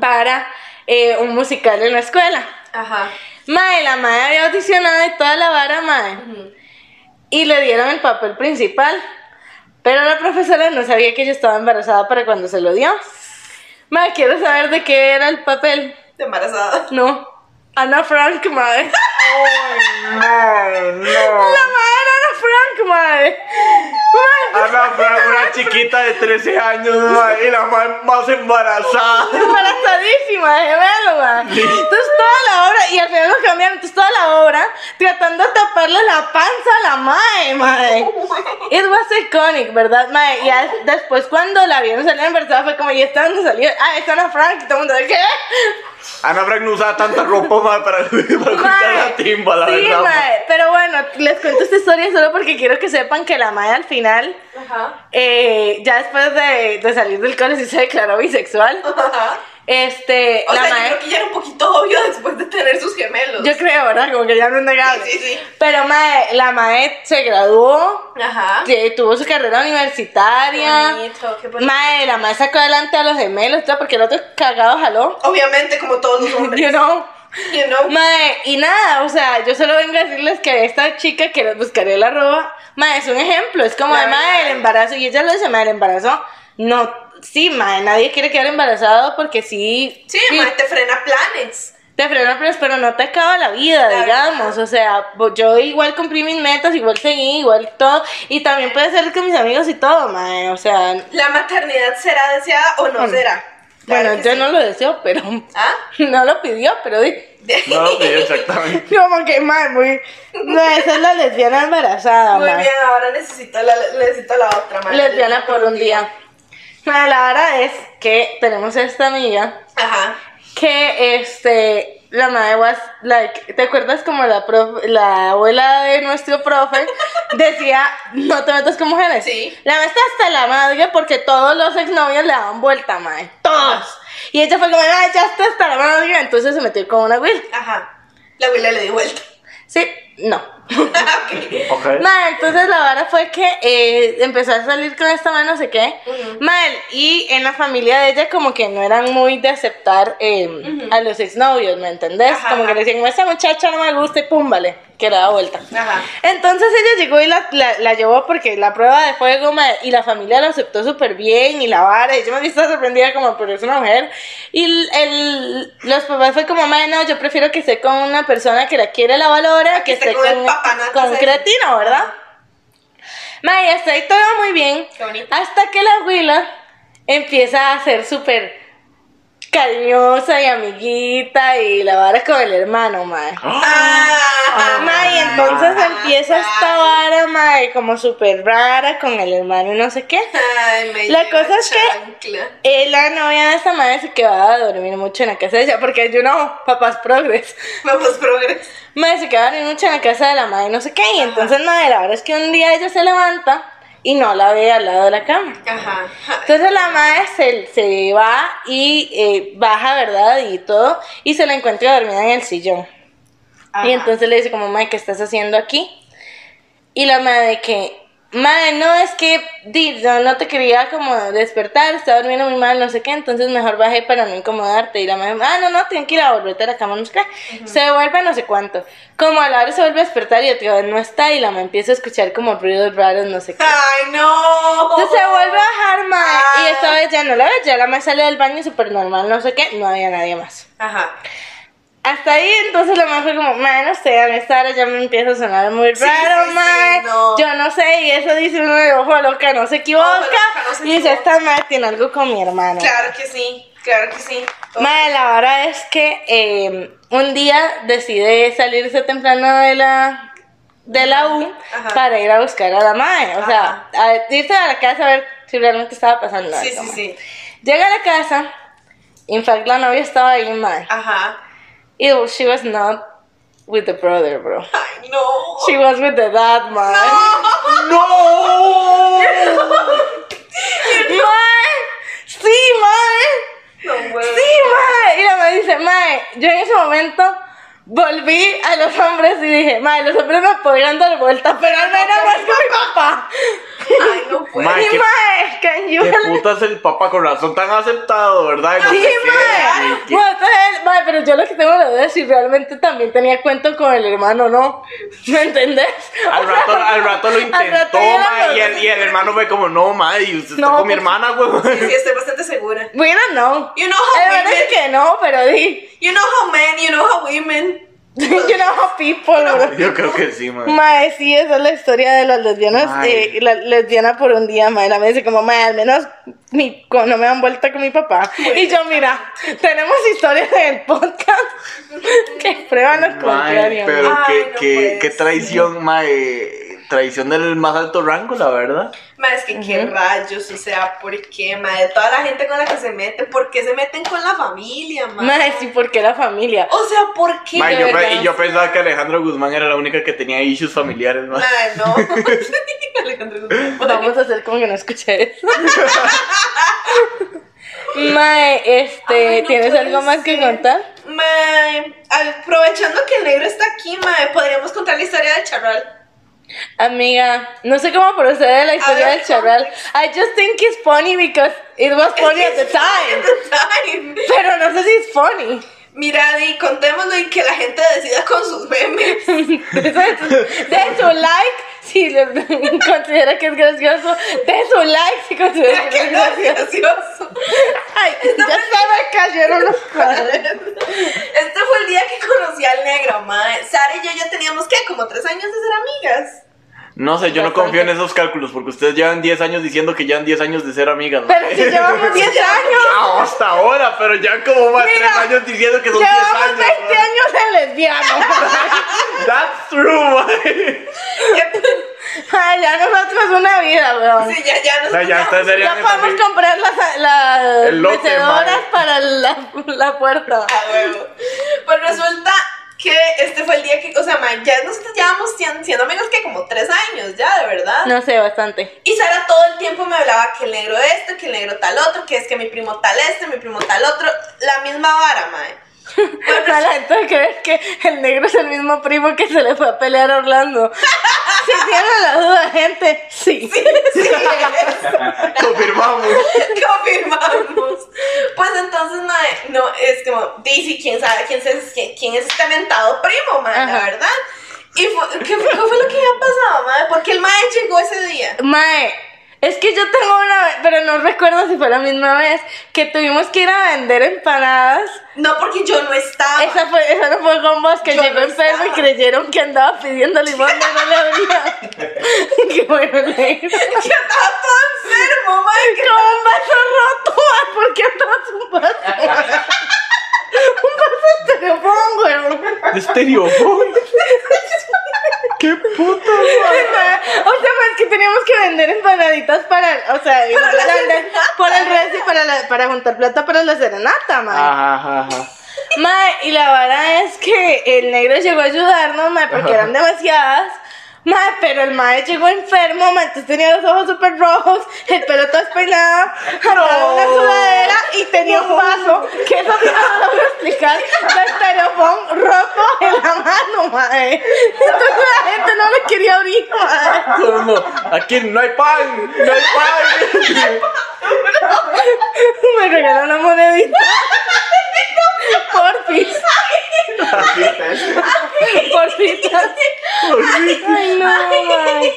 A: para eh, un musical en la escuela.
B: Ajá.
A: Mae, la mae había audicionado y toda la vara, mae. Y le dieron el papel principal. Pero la profesora no sabía que yo estaba embarazada para cuando se lo dio. Mae, quiero saber de qué era el papel.
B: De embarazada.
A: No. Ana Frank, mae. <laughs>
C: No, no.
A: La mae era Ana Frank, mae.
C: Ana Frank, una chiquita de 13 años, mae, y la mae más embarazada.
A: Embarazadísima de gemelo, mae. eh, Entonces toda la obra, y al final lo cambiaron, entonces toda la obra tratando de taparle la panza a la mae, mae. It was iconic, ¿verdad, mae? Y a- después cuando la vieron salir en verdad fue como, ¿y esta dónde salió? Ah, esta Ana Frank, y todo el mundo, ¿qué?
C: Ana Frank no usaba tanta ropa, mae, para, <laughs> para ocultar
A: Mae,
C: la timba, la
A: sí,
C: verdad. mae.
A: mae, pero bueno, les cuento esta historia solo porque quiero que sepan que la mae al final,
B: Ajá.
A: eh, ya después de, de salir del cole, sí se declaró bisexual.
B: Ajá.
A: Este,
B: O
A: la
B: sea, yo
A: mae-
B: creo que ya era un poquito obvio después de tener sus gemelos.
A: Yo creo, ¿verdad? Como que ya no es negable.
B: Sí, sí, sí.
A: Pero mae, la mae se graduó,
B: Ajá.
A: eh, tuvo su carrera universitaria.
B: Bonito, qué bonito.
A: Mae, la mae sacó adelante a los gemelos, todo, porque el otro cagado jaló.
B: Obviamente, como todos
A: <laughs>
B: los hombres.
A: You know.
B: You know.
A: Mae, y nada, o sea, yo solo vengo a decirles que esta chica que les buscaré la roba, mae, es un ejemplo, es como,
B: La
A: mae,
B: verdad.
A: el embarazo, y ella lo dice, mae, el embarazo, no, sí, mae, nadie quiere quedar embarazado porque sí,
B: Sí, mae, te frena planes.
A: te frena, pero, pero no te acaba la vida,
B: La
A: digamos.
B: verdad.
A: O sea, bo- yo igual cumplí mis metas, igual seguí, igual todo. Y también puede ser con mis amigos y todo, mae. O sea,
B: ¿La maternidad será deseada o no
A: Bueno.
B: será? Claro
A: bueno,
B: que
A: yo
B: sí.
A: no lo deseo, pero. <laughs>
B: ¿Ah?
A: No lo pidió, pero di.
C: No lo pidió exactamente.
A: Como que, mae, muy. No, esa es la lesbiana
B: <laughs>
A: embarazada,
B: Muy
A: mae.
B: bien, ahora necesito la, necesito la otra, mae.
A: Lesbiana por un día. Mae, la verdad es que tenemos esta amiga
B: Ajá.
A: que, este. La madre was like, ¿te acuerdas como la prof- la abuela de nuestro profe decía, no te metas con mujeres?
B: Sí.
A: La madre está hasta la madre porque todos los exnovios le daban vuelta, madre, todos. Y ella fue como, ah, ya está hasta la madre, entonces se metió con una Will.
B: Ajá. La abuela le dio vuelta.
A: Sí, no.
B: ok.
C: Ok.
A: Madre, entonces la vara fue que eh, empezó a salir con esta madre, no sé qué.
B: Ujú.
A: Madre, y en la familia de ella como que no eran muy de aceptar eh, a los exnovios, ¿me entendés?
B: Ajá,
A: como que
B: ajá.
A: le decían, esa muchacha no me gusta y pum, vale, que le da vuelta.
B: Ajá.
A: Entonces ella llegó y la, la- la llevó porque la prueba de fuego mae, y la familia la aceptó súper bien y la vara. Y yo me estaba sorprendida como, pero es una mujer. Y el, el- los papás fue como, mae, no, yo prefiero que esté con una persona que la quiere, la valora, que, esté con,
B: el papanatas
A: con un
B: ahí.
A: cretino, ¿verdad? Mae, hasta ahí todo muy bien.
B: Qué bonito.
A: Hasta que la abuela empieza a ser súper cariñosa y amiguita y la vara con el hermano, mae.
B: Ah,
A: Ma, y entonces empieza esta vara, mae, como súper rara con el hermano y no sé qué.
B: Ay, me
A: La
B: lleva
A: cosa es que-
B: chancla.
A: Eh, la novia de esta madre se quedaba a dormir mucho en la casa de ella, porque yo no, papás progres.
B: Vamos, progreso.
A: Mae, se quedaba a dormir mucho en la casa de la madre y no sé qué. Y entonces, mae, la verdad es que un día ella se levanta y no la ve al lado de la cama.
B: Ajá.
A: Entonces la madre se, se va y eh, baja, ¿verdad? Y todo, y se la encuentra dormida en el sillón.
B: Ajá.
A: Y entonces le dice como, madre, ¿qué estás haciendo aquí? Y la madre que, madre, no, es que di, yo no te quería como despertar, estaba durmiendo muy mal, no sé qué, entonces mejor bajé para no incomodarte. Y la madre, ah, no, no, tranquila, volvete a la cama, no sé qué. Se vuelve no sé cuánto. Como a la hora se vuelve a despertar y otra vez no está y la madre empieza a escuchar como ruidos raros, no sé qué.
B: Ay, no.
A: Entonces se vuelve a bajar, madre, y
B: Ah.
A: esta vez ya no la ve, ya la madre sale del baño súper normal, no sé qué, no había nadie más.
B: Ajá.
A: Hasta ahí, entonces la mamá fue como, man, no sé, a mí esta hora ya me empieza a sonar muy
B: Sí,
A: raro,
B: sí, sí,
A: mae,
B: no.
A: Yo no sé, y eso dice uno de ojo loca, no se equivoca.
B: loca, no se
A: y dice,
B: equivoca.
A: esta madre tiene algo con mi hermano.
B: Claro que sí. Claro que sí.
A: Mae, la verdad es que eh, un día decide salirse temprano de la de la U
B: Ajá.
A: para ir a buscar a la madre. O sea,
B: Ajá.
A: a- irse a la casa a ver si realmente estaba pasando
B: Sí,
A: algo,
B: sí,
A: mae.
B: sí.
A: Llega a la casa, en fact la novia estaba ahí, madre.
B: Ajá.
A: Ew, she was not with the brother, bro.
B: Ay, no.
A: She was with the dad, man.
C: ¡No!
A: Man, sí, man.
B: No, güey.
A: Sí, man. Y la madre dice, mae, yo en ese momento volví a los hombres y dije, mae, los hombres me podrían dar vuelta, pero al menos más que mi papá.
B: Ay, no puedo.
C: Ma,
A: Y
C: qué-
A: mae, can you
C: ¿Qué
A: help
C: puta es el papá con razón tan aceptado, verdad? No
A: Sí,
C: sé qué,
A: mae.
C: qué-
A: Bueno, entonces, mae, pero yo lo que tengo la duda es si realmente también tenía cuento con el hermano, ¿no? ¿Me entendés?
C: Al
A: O sea,
C: rato, al rato lo
A: al rato
C: intentó,
A: ya
C: ma,
A: lo-
C: y el, y el hermano fue como, no, ma, y usted
A: No,
C: está con mi
A: pues-
C: hermana,
B: Sí,
C: güey.
B: estoy bastante segura.
A: We don't know.
B: You know how
A: La verdad
B: women-
A: es que no, pero di. <laughs>
B: You know how men, you know how women.
A: you know how people, bro.
C: <laughs> Yo creo que sí, mae.
A: Mae, sí, esa es la historia de las lesbianas,
C: Mae.
A: eh, la lesbiana por un día, mae, la me dice como, mae, al menos mi, co- no me dan vuelta con mi papá. Y yo, mira, tenemos historias en el podcast <laughs> que prueban lo
C: Mae,
A: contrario.
C: pero
B: Ay,
C: qué,
B: no
C: qué,
B: puede
C: qué traición, mae. Traición del más alto rango, la verdad.
B: Mae, es que qué rayos, o sea, ¿por qué, mae? Toda la gente con la que se meten, ¿por qué se meten con la familia, mae?
A: Mae, sí, porque la familia.
B: O sea, ¿por qué?
C: Mae, yo
A: de
C: pe-
A: verdad.
C: y yo pensaba que Alejandro Guzmán era la única que tenía issues familiares, mae.
B: Mae,
A: <laughs>
B: no. Alejandro Guzmán.
A: Vamos a hacer como que no escuché
C: <laughs>
A: eso. mae, este,
B: Ay, no
A: ¿tienes
B: puede
A: algo más que
B: ser.
A: contar?
B: Mae, aprovechando que el negro está aquí, mae, podríamos contar la historia del charral.
A: Amiga, no sé cómo procede la historia
B: ver,
A: del charral.
B: context.
A: I just think it's funny because it was
B: <laughs>
A: funny at the time.
B: Time.
A: Pero no sé si es funny. <laughs>
B: Mira, y contémoslo y que la gente decida con sus
A: <laughs>
B: memes.
A: De su like si le- <laughs> considera que es gracioso. De su like si considera que
B: que
A: es
B: no es
A: gracioso.
B: gracioso.
A: Ay, ya se me cayeron los cuadros.
B: Este fue el día que conocí al negro, mae. Sara y yo ya teníamos, ¿qué? Como tres años de ser amigas.
C: No sé, yo no confío en esos cálculos porque ustedes llevan 10 años diciendo que llevan 10 años de ser amigas. mae.
A: Pero si llevamos
B: <laughs>
A: 10 años.
C: Ah, hasta ahora, pero ya como más
A: Mira,
C: 3 años diciendo que son 10
A: Llevamos
C: años.
A: 20 años de lesbianos.
C: mae. That's true, mae.
A: Ay, ya nosotros una vida, weón.
B: Sí, ya, ya
C: O
B: nos
C: sea, ya ustedes
A: Ya
C: deberían
A: podemos
C: estar-
A: comprar las, las
C: El lote,
A: mecedoras
C: madre.
A: para la, la puerta.
B: A huevo. Pues resulta que este fue el día que, o sea, mae, ya nosotros llevamos siendo, siendo amigos que como tres años ya, de verdad.
A: No sé, bastante.
B: Y Sara todo el tiempo me hablaba que el negro esto, que el negro tal otro, que es que mi primo tal este, mi primo tal otro, la misma vara, mae.
A: Para la gente creer que el negro es el mismo primo que se le fue a pelear
B: <laughs>
A: a Orlando. Si tienen la duda, gente, sí. <laughs>
B: Sí, <laughs>
C: Confirmamos.
B: confirmamos. Pues entonces, mae, no, es como, Daisy, quién sabe quién es, quién, quién es este mentado primo, mae, la
A: Ajá.
B: verdad. ¿Y fue- ¿qué, fue- qué fue lo que había pasado, mae? Porque el mae llegó ese día.
A: Mae, es que yo tengo una vez, pero no recuerdo si fue la misma vez, que tuvimos que ir a vender empanadas.
B: No, porque yo no estaba.
A: Esa, fue, esa no fue con vos, que
B: Ah. Yo
A: llegó
B: no
A: enfermo y
B: estaba.
A: creyeron que andaba pidiendo limón, no, no
B: <laughs>
A: le abría. <laughs> Qué bueno, negro.
B: Que andaba todo enfermo, mae. que-
A: Con un vaso roto, ma, ¿por qué andas un vaso? un vaso de teléfono, güey.
C: Estereofón. Qué puta, mae.
A: O sea, más que teníamos que vender empanaditas para, o sea,
B: Para la
A: vender
B: serenata.
A: por el resto y para, la- para juntar plata para la serenata, ma.
C: Ajá, ajá, ajá.
A: Ma, y la vara es que el negro llegó a ayudarnos, ma, porque eran demasiadas. Ma, pero el mae llegó enfermo, ma, entonces tenía los ojos súper rojos, el pelo todo despeinado, andaba en una sudadera y tenía un vaso, que eso sí no lo voy a explicar, del telefón roto en la mano, mae. Entonces la gente no le quería abrir, mae.
C: Como, aquí no hay pan, no hay pan.
A: Me regaló una monedita. Porfis,
C: Así es.
A: porfitas. Ay, no, mae.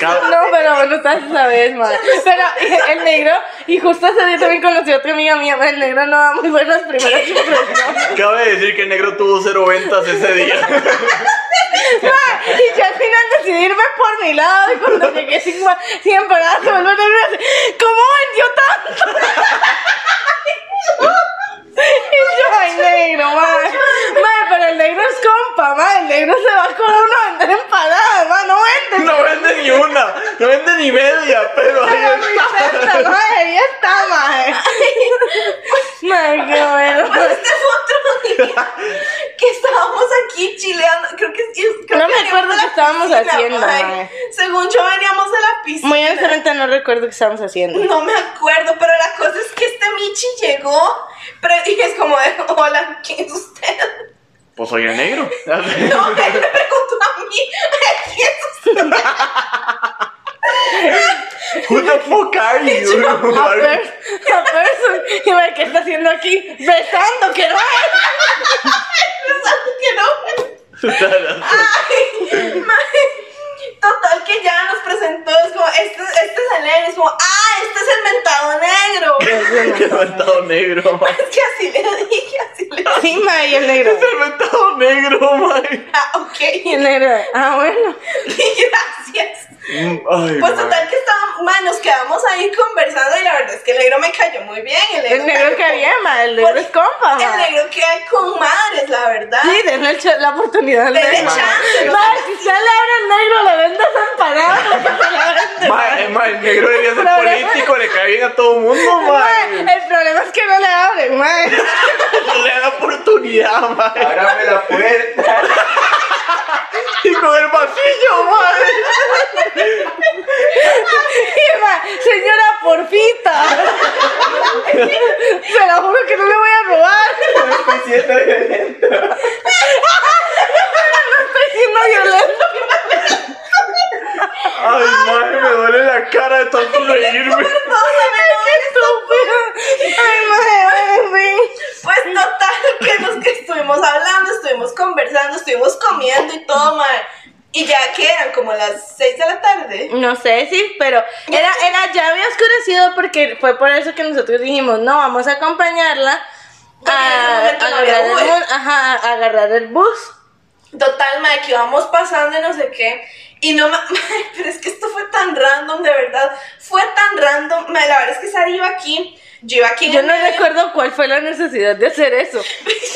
C: Cada-
A: No, pero bueno, estás esa vez, madre. Pero <laughs> el negro, y justo ese día también conocí a otra amiga mía, el negro no da muy buenas primeras impresiones.
C: Cabe decir que el negro tuvo cero ventas ese día.
A: Ma, Y yo al final decidí irme por mi lado, y cuando llegué sin, ma- sin empanada, se vuelve negro y dice, ¿cómo vendió tanto? Y yo, ay, negro, madre. Madre, pero el negro es compa, madre. El negro se va con uno a vender empanadas, madre, no vende.
C: No vende ni una, no vende ni media, pero ahí está.
A: Esta, madre, ahí está, <laughs> madre. Madre, qué bueno.
B: Pues este fue otro día que estábamos aquí chileando. Creo que creo
A: No
B: que
A: me
B: veníamos
A: acuerdo
B: de la
A: qué estábamos
B: piscina,
A: haciendo,
B: mae.
A: mae.
B: Según yo veníamos de la piscina.
A: Muy honestamente no recuerdo qué estábamos haciendo.
B: No me acuerdo, pero la cosa es que este Michi llegó, pero y es como, de, hola, ¿quién es usted?
C: Pues soy el negro.
B: No, <laughs> él me preguntó a mí, ¿quién es usted? <laughs>
C: Who the fuck are you?
A: A ver, a person. Y mae, ¿qué está haciendo aquí? Besando, que no es.
B: Pensando que no. Ay, mae. Total que ya nos presentó, es como, este, este es el negro, es como, ah, este es el mentado negro.
C: <laughs> Fermentado negro, mae.
B: Es que así le dije, así le dije.
A: Sí, mae, y el negro.
C: Fermentado negro, mae.
B: Ah, ok. <laughs>
A: <laughs> Y el negro. Ah, bueno.
B: Gracias.
C: Mm, Ay,
B: Pues
C: mae.
B: total que estábamos, ma, nos quedamos ahí conversando y la verdad es que el negro me cayó muy bien. El negro,
A: El negro que
B: cayó
A: bien, mae. El
B: Por-
A: negro es compa,
B: con- El
A: mae.
B: negro que con madres, la verdad.
A: Sí, denle el ch- la oportunidad al
B: Denle
A: negro.
B: chance.
A: Mae, si usted le abre al negro, le vende desamparado porque se la vende.
C: Mae, eh, mae, el negro
B: <laughs>
C: debería ser
A: Problema.
C: político, le cae bien a todo mundo,
A: Mae,
C: mae.
A: el problema es que no le abren, mae.
C: No le da la oportunidad, mae.
D: Ábrame la
C: <laughs>
D: puerta.
C: Y con el vacío, mae.
A: Y, mae, Señora porfita. Se la juro que no le voy a robar.
D: Me siento violento.
A: No estoy siendo violento.
C: Ay, mae, me duele la cara de tanto reírme.
A: Ay, qué estúpido. Ay, mae, ay, en fin.
B: Pues total, que nos que estuvimos hablando, estuvimos conversando, estuvimos comiendo y todo, ma. Y ya que eran como las 6 de la tarde.
A: No sé si, pero era, era ya había oscurecido porque fue por eso que nosotros dijimos, no, vamos a acompañarla
B: Porque en ese momento no había
A: agarrar, el,
B: Uber.
A: bus- ajá, a agarrar el bus.
B: Total, ma, que íbamos pasando y no sé qué. Y no, ma, <laughs> ma, pero es que esto fue tan random, de verdad. Fue tan random. Ma, la verdad es que Sara iba aquí. Yo iba aquí. en
A: Yo
B: el
A: no
B: medio.
A: recuerdo cuál fue la necesidad de hacer eso.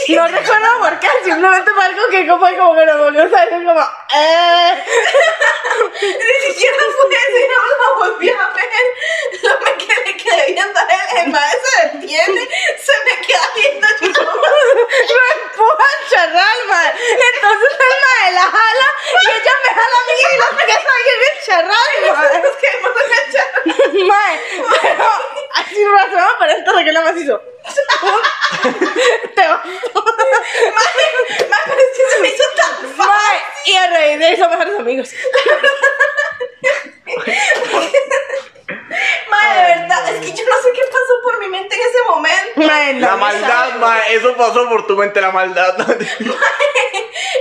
A: No recuerdo por qué, simplemente fue algo que fue como que nos volvió a salir como, eh.
B: <laughs>
A: <laughs>
B: Ni siquiera fue eso y no me lo volví a ver. No me quedé, quedé viendo a él. El maestro se detiene, se me queda viendo. <laughs> Yo como,
A: Lo empuja al charral, mae. Entonces el mae la jala y ella me jala a mí y no sé qué salir del charral, mae.
B: nos quedamos en la charla.
A: Mae, pero así razón, pero esto Raquel nada más hizo. <laughs> Te <laughs> va.
B: <laughs> Mae, mae, pero es que se me hizo tan fácil.
A: Mae, y a raíz de ahí son mejores amigos.
B: Mae, de verdad, es que yo no sé qué pasó por mi mente en ese momento.
A: Mae,
C: La
A: no,
C: maldad, mae. Eso pasó por tu mente, la maldad. <laughs>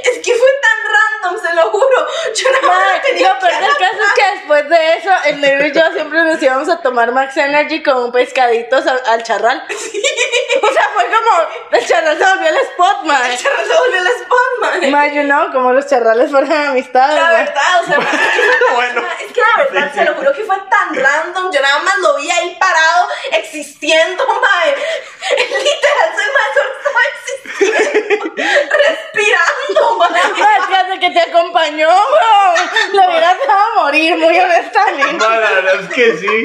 B: Es que fue tan random, se lo juro. Yo nada más
A: Mae,
B: tenía
A: lo peor del
B: hablar.
A: caso es que después de eso, el negro y yo siempre nos íbamos a tomar Max Energy con un pescadito al, al charral. O sea, fue como el charral se volvió el spot,
B: <laughs>
A: mae.
B: Se resolvió el spot, mae.
A: Mae, you know, como los charrales fueron amistades,
B: La
A: mae.
B: verdad, o sea, es que fue tan-
C: Bueno.
B: es que la verdad, se lo juro que fue tan random. Yo nada más lo vi ahí parado, existiendo, mae. Literal, soy mae, solo estaba existiendo, <laughs> respirando, mae.
A: Mae, fíjate que te acompañó, weón. Lo hubieras dejado morir, muy honestamente.
C: Mae, la verdad es que sí.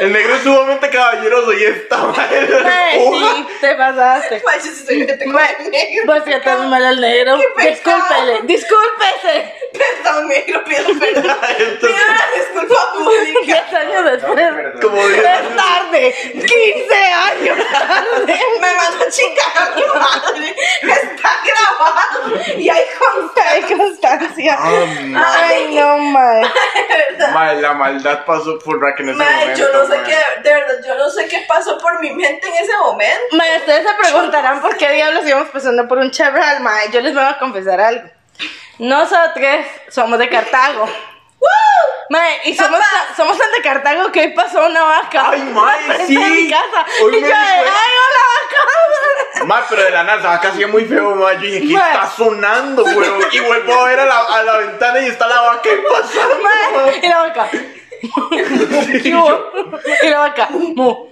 C: El negro es sumamente caballeroso y esta madre lo
A: Mae,
C: empuja.
A: sí, te pasaste.
B: Mae, yo sí soy que tengo el negro.
A: Vos pues que tan mal al negro.
B: Qué pecado.
A: Discúlpele, discúlpese.
B: Perdón, negro, pido perdón.
C: Esto
B: Pido una disculpa pública.
A: Diez años después.
C: es como diez
A: Es
C: años.
A: tarde,
B: <laughs>
A: 15 años tarde.
B: Me mandó a chingar a mi madre. Está grabado. Y hay
A: Ay,
B: constancia.
A: Constancia.
C: Ah,
A: Ay, no, mae.
B: De verdad.
C: Mae, la maldad pasó por Rack en ese
B: Mae,
C: momento.
B: yo no sé
C: mae.
B: qué, de verdad, yo no sé qué pasó por mi mente en ese momento.
A: Mae, ustedes se preguntarán por qué diablos íbamos pasando por un chevral, mae. Yo les voy a confesar algo. Nosotros somos de Cartago.
B: ¡Woo!
A: Mae, y somos,
B: Papá.
A: tan- somos tan de Cartago que hoy pasó una vaca.
C: Ay, mae,
A: Enfrente
C: sí.
A: de mi casa.
C: Hoy
A: y
C: me
A: yo,
C: di
A: ay,
C: cuenta.
A: hola vaca.
C: Mae, pero de la nada, la vaca hacía muy feo, mae. Yo dije, ¿qué
A: Mae.
C: está sonando, weón? Y vuelvo a ver a la, a la ventana y está la vaca ahí pasando.
A: Mae, y la
C: <laughs>
A: vaca. <laughs> ¿Qué hubo? y la vaca. Mu.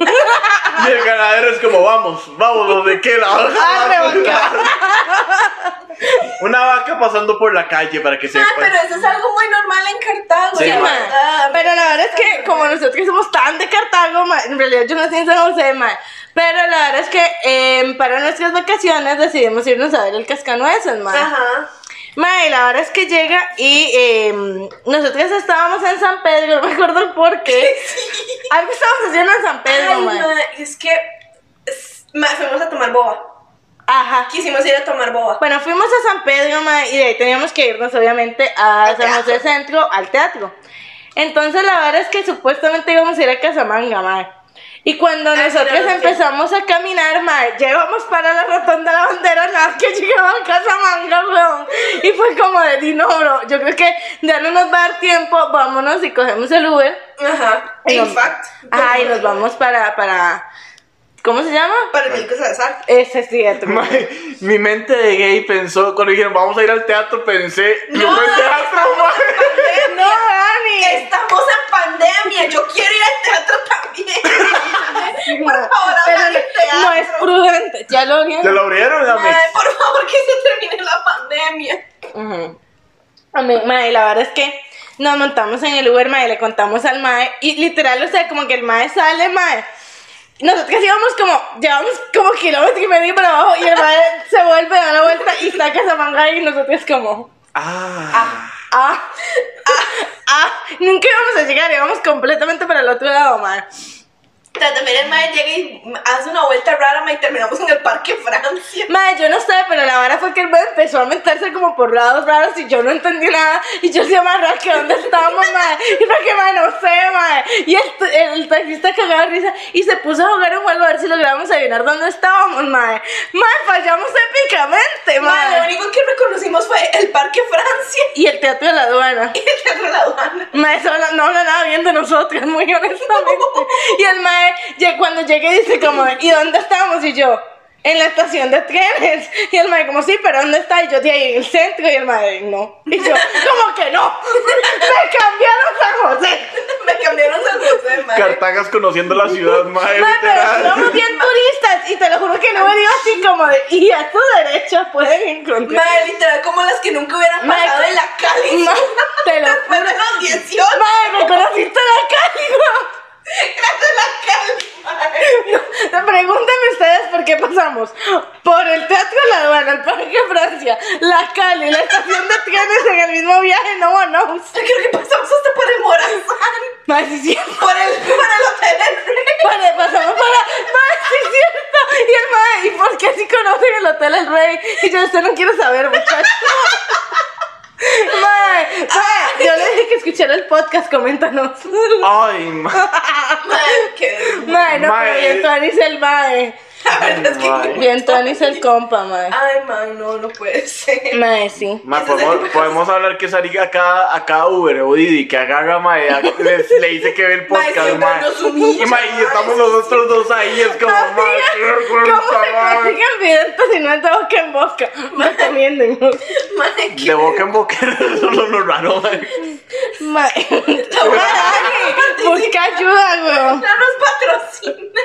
C: Y el ganadero es como, vamos, vamos, ¿los de qué? La
A: Arre,
C: <laughs> vaca.
A: vaca.
C: Una vaca pasando por la calle para que sepa.
B: Ah, pero eso es algo muy normal en Cartago,
C: pues. Sí,
B: la
C: mae.
B: verdad.
A: Pero la verdad es que como nosotros somos tan de Cartago, mae, en realidad yo nací en San José, mae. Pero la verdad es que em, para nuestras vacaciones decidimos irnos a ver el cascanueces, mae.
B: Ajá.
A: Mae, la verdad es que llega y em, nosotros estábamos en San Pedro, <laughs> no me acuerdo por qué. Algo estábamos haciendo en San Pedro,
B: Ay,
A: mae.
B: mae, es que es- mae, fuimos a tomar boba.
A: Ajá.
B: Quisimos ir a tomar boba.
A: Bueno, fuimos a San Pedro, mae, y de ahí teníamos que irnos obviamente a
B: Al
A: San José
B: teatro.
A: Centro, al teatro. Entonces la verdad es que supuestamente íbamos a ir a Casamanga, mae. Y cuando
B: Ah,
A: nosotros
B: claro, sí.
A: empezamos a caminar, mae, llegamos para la rotonda de la bandera, nada que llegamos a Casamanga, weón. Y fue como de, "Di, no, bro, yo creo que ya no nos va a dar tiempo, vámonos y cogemos el Uber.
B: Ajá.
A: Y
B: En
A: nos-
B: fact.
A: Ajá, y nos vamos para, para, ¿cómo se llama?
B: Para mil cosas de sal.
A: Ese es cierto.
C: Mae, mi mente de gay pensó, cuando dijeron vamos a ir al teatro, pensé,
B: No,
C: no, al teatro, mae.
B: <laughs>
A: <laughs> No, Dani.
B: Estamos en pandemia, yo quiero ir al teatro también. Por favor,
A: Pero
B: hagan el teatro.
A: no es prudente. Ya lo
C: Ya
A: vieron.
C: lo abrieron,
B: Ay,
C: dame.
B: por favor, que se termine la pandemia.
A: Ujú. A mí, mae, la verdad es que nos montamos en el Uber, mae, le contamos al mae. Y literal, o sea, como que el mae sale, mae. Nosotros íbamos como, llevamos como kilómetros y medio para abajo. Y el mae <laughs> se vuelve, da la vuelta y saca esa manga. Y nosotros, como,
C: Ah.
A: ah, ah, ah. Nunca íbamos a llegar, íbamos completamente para el otro lado, mae.
B: O sea, también el mae llega y hace una vuelta rara mae, y terminamos en el Parque Francia.
A: Madre, yo no sé, pero la vara fue que el mae empezó a meterse como por lados raros y yo no entendí nada. Y yo decía, madre, ¿que dónde estamos, madre? Y fue que, madre, no sé, madre. Y el, t- el taxista cagaba de risa y se puso a jugar un juego a ver si logramos adivinar dónde estábamos, madre. Madre, fallamos
B: Mae,
A: épicamente,
B: lo
A: madre.
B: único que reconocimos fue el Parque Francia
A: Y el teatro de la aduana.
B: y el Teatro de la Aduana.
A: Mae, eso no, no habla nada bien de nosotros, muy honestamente. Y el mae, lle- cuando llegué, dice como, ¿y dónde estamos? Y yo, en la estación de trenes. Y el mae, como, sí, pero ¿dónde está? Y yo, de ahí en el centro. Y el mae, no. Y yo, ¿cómo que no? <laughs> Me cambiaron a San José.
B: Me cambiaron San José, mae.
C: Cartagas conociendo la ciudad, mae,
A: Mae, pero
C: literal.
A: somos bien turistas. Y te lo juro que no me dio así como de, y a tu derecha pueden encontrar.
B: Mae, literal, como las que nunca hubieran
A: Mae,
B: pasado en la Cali.
A: <laughs>
B: <laughs>
A: Mae, te lo
B: Después de los 18.
A: Mae, me conociste en la calle, weón.
B: Gracias a la Cali, mae.
A: Pregúntame ustedes por qué pasamos por el Teatro de la Aduana, el Parque Francia, la Cali, la estación de trenes en el mismo viaje, no one knows.
B: Yo creo que pasamos hasta por el Morazán.
A: Más es cierto.
B: Por el, por el Hotel del Rey.
A: Para- pasamos para. Más es cierto. Y el mae, ¿y por qué si conocen el Hotel El Rey? Y yo, usted no quiero saber, muchacho. <laughs> Mae, mae, yo le dije que escuchara el podcast, coméntanos.
C: Ay, mae.
B: Mae, qué-
A: Mae, no,
C: Mae.
A: pero bien Tony es el mae.
B: La verdad es
C: Ay,
B: que.
C: mae.
A: Bien Tony es el compa, mae.
B: Ay, man, no, no puede ser.
A: Mae, sí.
C: Mae,
B: Ese es el
C: podemos,
B: tipo-
C: podemos hablar que salga a cada, a cada Uber o Didi que agarra, mae, a- les- le dice que ve el podcast,
B: siempre
C: mae.
B: nos humilla,
C: Y, mae, y
B: mae.
C: estamos los otros dos ahí, es como,
A: Amiga,
C: mae, qué
A: ¿Cómo
C: vergüenza,
A: se
C: mae.
A: consiguen videntes si no es de boca en boca? Recomienden.
B: Mae, qué-
C: De boca en boca, <laughs> eso es lo raro, mae.
A: Ma- Dani, Busca ayuda,
B: No
A: weón.
B: nos patrocina.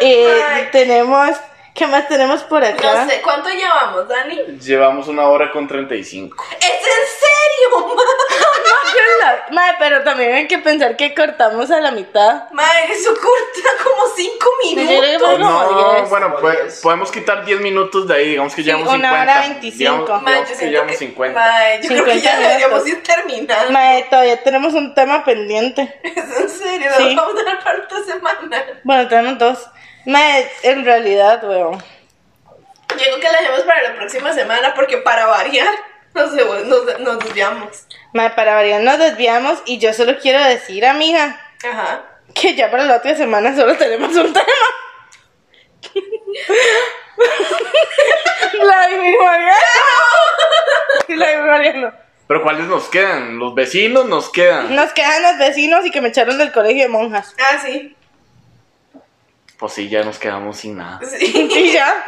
A: Eh, tenemos. ¿Qué más tenemos por acá?
B: No sé, ¿cuánto llevamos, Dani? ¿Es
C: Llevamos una hora con 35.
B: en serio, <laughs> mae?
A: Mae, pero también hay que pensar que cortamos a la mitad.
B: Mae, eso corta como 5
A: Yo creo que
B: minutos.
A: fueron como
C: No,
A: 10.
C: bueno, pues, podemos quitar 10 minutos de ahí, digamos que llevamos
A: una
C: 50.
A: hora 25.
C: Digamos,
B: Mae,
C: digamos
B: yo
C: que
B: siento
C: llevamos
B: que-
C: 50.
B: Mae, yo creo que ya
A: 50
B: deberíamos
A: minutos.
B: ir terminando.
A: Mae, todavía tenemos un tema pendiente.
B: <laughs> Es en serio,
A: Sí.
B: nos vamos a dar para otra semana.
A: Bueno, tenemos dos. Mae, en realidad, weón.
B: Yo creo que la dejemos para la próxima semana porque para variar nos, devo- nos, nos desviamos.
A: Mae, para variar, nos desviamos y yo solo quiero decir, amiga.
B: Ajá.
A: Que ya para la otra semana solo tenemos un tema. la de mi Mariano. Y la de mi Mariano.
C: Pero ¿cuáles nos quedan? Los vecinos nos quedan.
A: Nos quedan los vecinos y que me echaron del colegio de monjas.
B: Ah, sí.
C: Pues sí, ya nos quedamos sin nada. <laughs>
B: Sí. <laughs>
A: Y ya.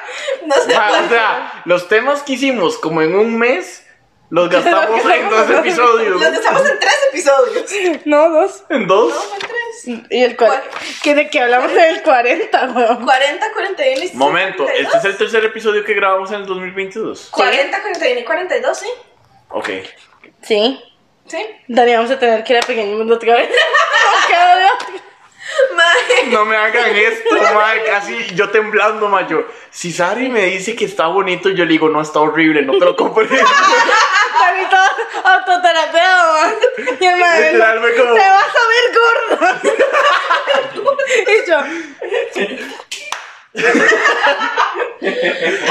B: No sé.
C: Ma, Ah, o
B: cuánto.
C: sea, los temas que hicimos como en un mes, los gastamos
A: Los
C: en dos
A: gastamos.
C: episodios.
B: Los estamos en tres episodios.
A: No, dos.
C: ¿En
B: No,
C: dos?
B: fue tres.
A: Y el cua- Que de que hablamos del 40, weón.
B: 40, 41 y
C: Momento,
B: 42.
C: este es el tercer episodio que grabamos en el 2022.
B: 40, 41 y 42, ¿sí?
C: Ok.
A: Sí.
B: ¿Sí?
A: Dani, vamos a tener que ir a Pequeño Mundo otra vez. <laughs> No queda de otra.
B: Mae.
C: <laughs> No me hagan esto, ma, casi yo temblando, ma, yo, si Sari me dice que está bonito, yo le digo, no, está horrible, no te lo compres.
A: Dani, todo autoterapeuta, weón. Y el madre.
C: Literal, fue como-
A: Te vas a ver gordo. <laughs> y yo.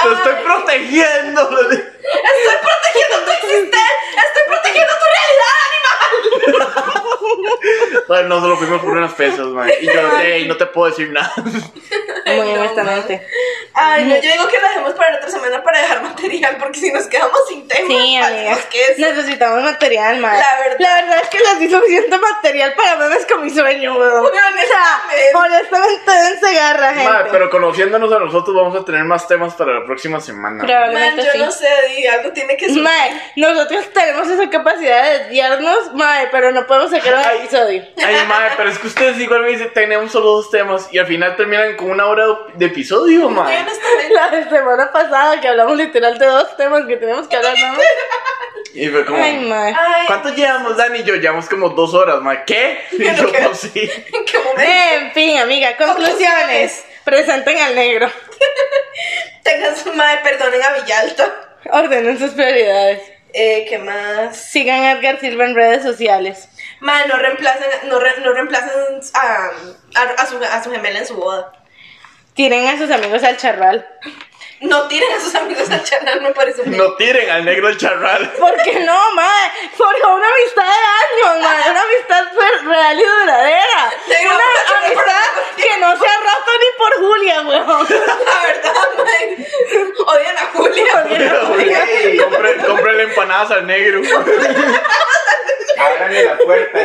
C: Lo estoy protegiendo.
B: Estoy protegiendo tu existencia. Estoy protegiendo tu realidad, animal.
C: Ay, vez no solo fuimos por unas pesas, mae. Y yo, hey, no te puedo decir nada.
A: Muy
B: No,
A: honestamente.
B: Ay, no, yo digo que lo dejemos para la otra semana para dejar material, porque si nos quedamos sin tema,
A: Sí, amiga.
B: valemos que es.
A: Necesitamos material, madre.
B: La verdad.
A: es que les di suficiente material para memes con mi sueño, weón.
B: Weón,
A: o sea,
B: exactamente.
A: honestamente dense garra, gente.
C: Mae, pero conociéndonos a nosotros vamos a tener más temas para la próxima semana.
B: Man,
A: Probablemente
B: yo
A: sí.
B: no sé, di, algo tiene que ser.
A: Mae, nosotros tenemos esa capacidad de desviarnos, mae, pero no podemos sacar un
C: Ay.
A: episodio. <laughs>
C: Ay, mae, pero es que ustedes igual me dicen, tenemos solo dos temas y al final terminan con una hora de episodio,
B: Muy
C: mae.
B: honestamente.
A: La semana pasada que hablamos literal de dos temas que tenemos que hablar, ¿no?
C: Y fue como,
A: Ay, mae.
B: Ay,
C: ¿cuánto llevamos, Dani y yo? Llevamos como dos horas, mae. ¿Qué?
A: <laughs>
C: Y yo,
B: ¿Qué?
C: pues sí.
B: <laughs> ¿En qué momento?
A: En fin, amiga, conclusiones.
B: Conclusiones.
A: Presenten al negro.
B: Tengas, madre, perdonen a Villalta.
A: Ordenen sus prioridades.
B: Eh, ¿qué más?
A: Sigan a Edgar Silva en redes sociales.
B: Madre, no reemplacen, no re- no reemplacen a, a, a su, a su gemela en su boda.
A: Tiren a sus amigos al charral.
B: No tiren a sus amigos al canal, me parece un
C: No tiren al negro el charral.
A: <laughs> ¿Por qué no, mae? Porque una amistad de años, mae. Una amistad fer- real y duradera.
B: Negro, no,
A: Una
B: no, no,
A: amistad
B: no, no.
A: que no se arrastra ni por
B: <laughs>
A: Julia, weón.
B: <laughs> La verdad, madre. Odian a Julia.
C: <laughs> Compre- Cómprenle empanadas al negro.
D: <laughs> Ábrame la puerta.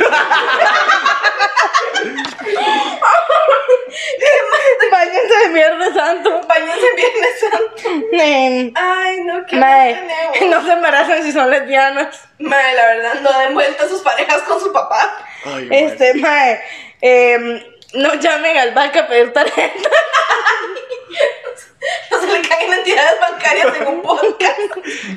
A: Váyanse de Viernes Santo.
B: Bañense en Viernes Santo.
A: Em,
B: Ay, no, qué
A: Mae,
B: mal tenemos.
A: <laughs> no se embarazan si son lesbianas.
B: Mae, la verdad, no den vuelta a sus parejas con su papá.
C: Ay, mae.
A: Este, mae, em, no llamen al banco a
B: <laughs>
A: pedir tarjeta.
B: No se le caigan entidades bancarias en un
A: <laughs>
B: podcast.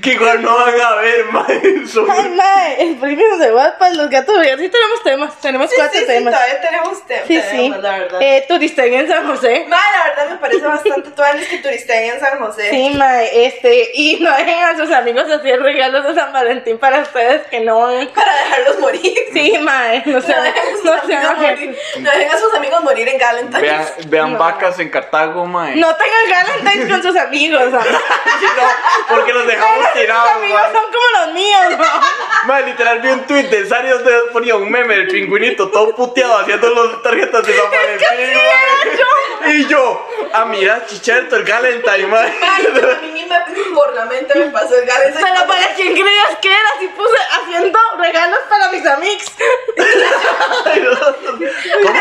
C: Que igual no van a ver, mae. Son-
A: Ay, mae, explíquenos de WhatsApp, los gatos de sí tenemos temas, tenemos
B: Sí,
A: cuatro
B: sí, sí,
A: temas.
B: todavía tenemos temas.
A: Sí, sí.
B: tenemos, La verdad.
A: Eh, turisten en San José.
B: Mae, la verdad me parece bastante tuanis que turisten en San José.
A: Sí, mae, este, y no dejen a sus amigos hacer regalos de San Valentín para ustedes que no van.
B: Para dejarlos morir.
A: Sí, mae, no
B: No
A: sean,
B: dejen a sus
A: no
B: amigos
A: sean
B: morir.
A: ojetes.
B: No dejen a sus amigos morir en Galentine. <laughs>
C: Vean, vean
A: No.
C: vacas en Cartago, mae.
A: No tengan Galentines con sus
B: <laughs>
A: amigos, amigos.
C: No, porque los dejamos
A: Sus
C: tirados,
A: amigos
C: mae.
A: son como los míos,
B: <laughs>
A: ¿no?
C: Mae, literal vi un tweet de Sario de ponía un meme del pingüinito todo puteado haciendo las tarjetas de San Valentín, mae. Y yo, ah, mira, chicherto, el Galentine, mae.
B: Ay, pero a mí misma por la mente me pasó el Galentine.
A: Pero para quien creías que era, si puse haciendo regalos para mis amigos.
C: <laughs> ¿Cómo?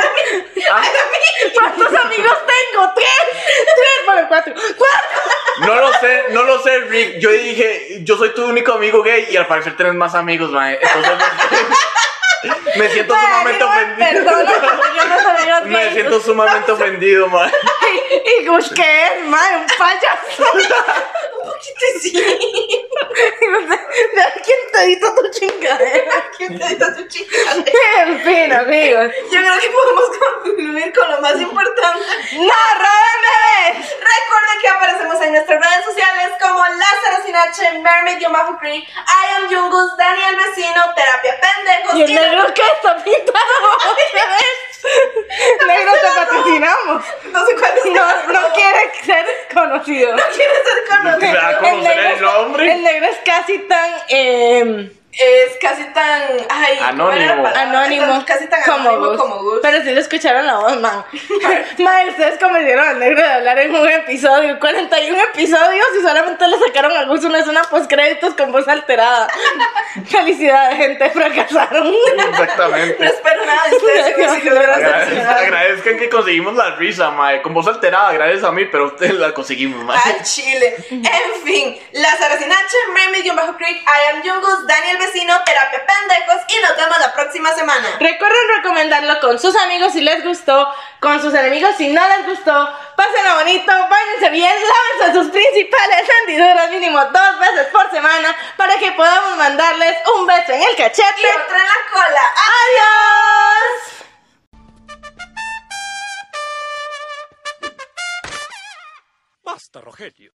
C: Ah,
A: <laughs> ¿Cuántos amigos tengo? Tres, tres, bueno, cuatro, cuatro.
C: No lo sé, no lo sé, Rick. Yo dije, yo soy tu único amigo gay y al parecer tienes más amigos, mae. Entonces me- <laughs> me siento sumamente ofendido.
A: Perdón, yo no
B: <laughs>
A: sabía
C: Me siento sumamente ofendido, mae.
A: Y Gush, ¿qué es, mae? Un payaso.
B: <laughs> Un poquito <laughs> sí.
A: <laughs> De aquí entedito tu chingadera.
B: <laughs> ¿Quién te edita tu chica?
A: En fin, amigos.
B: Yo creo que podemos concluir con lo más importante.
A: ¡No, robenme!
B: Recuerden que aparecemos en nuestras redes sociales como Lázaro Sin H, Mermaid Yomahu Cree, I Am Jungus, Daniel Vecino, Terapia Pendejos.
A: Y el negro que está pintado
B: <laughs>
A: otra vez. Negro, te patrocinamos.
B: No sé cuál es el
A: No,
B: nombre. <laughs>
A: no quiere ser conocido.
B: No quiere ser
C: Me
B: conocido.
C: va a conocer el
A: es-
C: nombre.
A: el negro es casi tan eh,
B: Es casi tan. Ay, ¿cómo era la
C: Anónimo.
B: palabra?
A: anónimo,
B: Ah, Es Casi tan anónimo como Gus.
A: Pero sí lo escucharon la voz,
B: <laughs>
A: man. man, ustedes convencieron al negro de hablar en un episodio. 41 episodios y solamente le sacaron a Gus una zona postcréditos con
B: <laughs>
A: voz alterada. Felicidades, gente, fracasaron.
B: No
C: Exactamente.
B: espero nada de
A: <laughs>
B: ustedes. seguro si logran
C: Agradez-
B: solucionar.
C: Agradezcan que conseguimos la risa, mae. Con voz alterada, gracias a mí, pero ustedes la conseguimos, mae.
B: al Chile. En fin, Lázaro Sinache, Mermaid-Bajo Creek, I am Jungus, Daniel Vecino, Terapia Pendejos y nos vemos la próxima semana.
A: Recuerden recomendarlo con sus amigos si les gustó, con sus enemigos si no les gustó. Pásenlo bonito, váyanse bien, lávense sus principales hendiduras mínimo dos veces por semana para que podamos mandarles un beso en el
B: Y
A: cachete.
B: otra en la cola.
A: ¡Adiós!
E: Basta, Rogelio.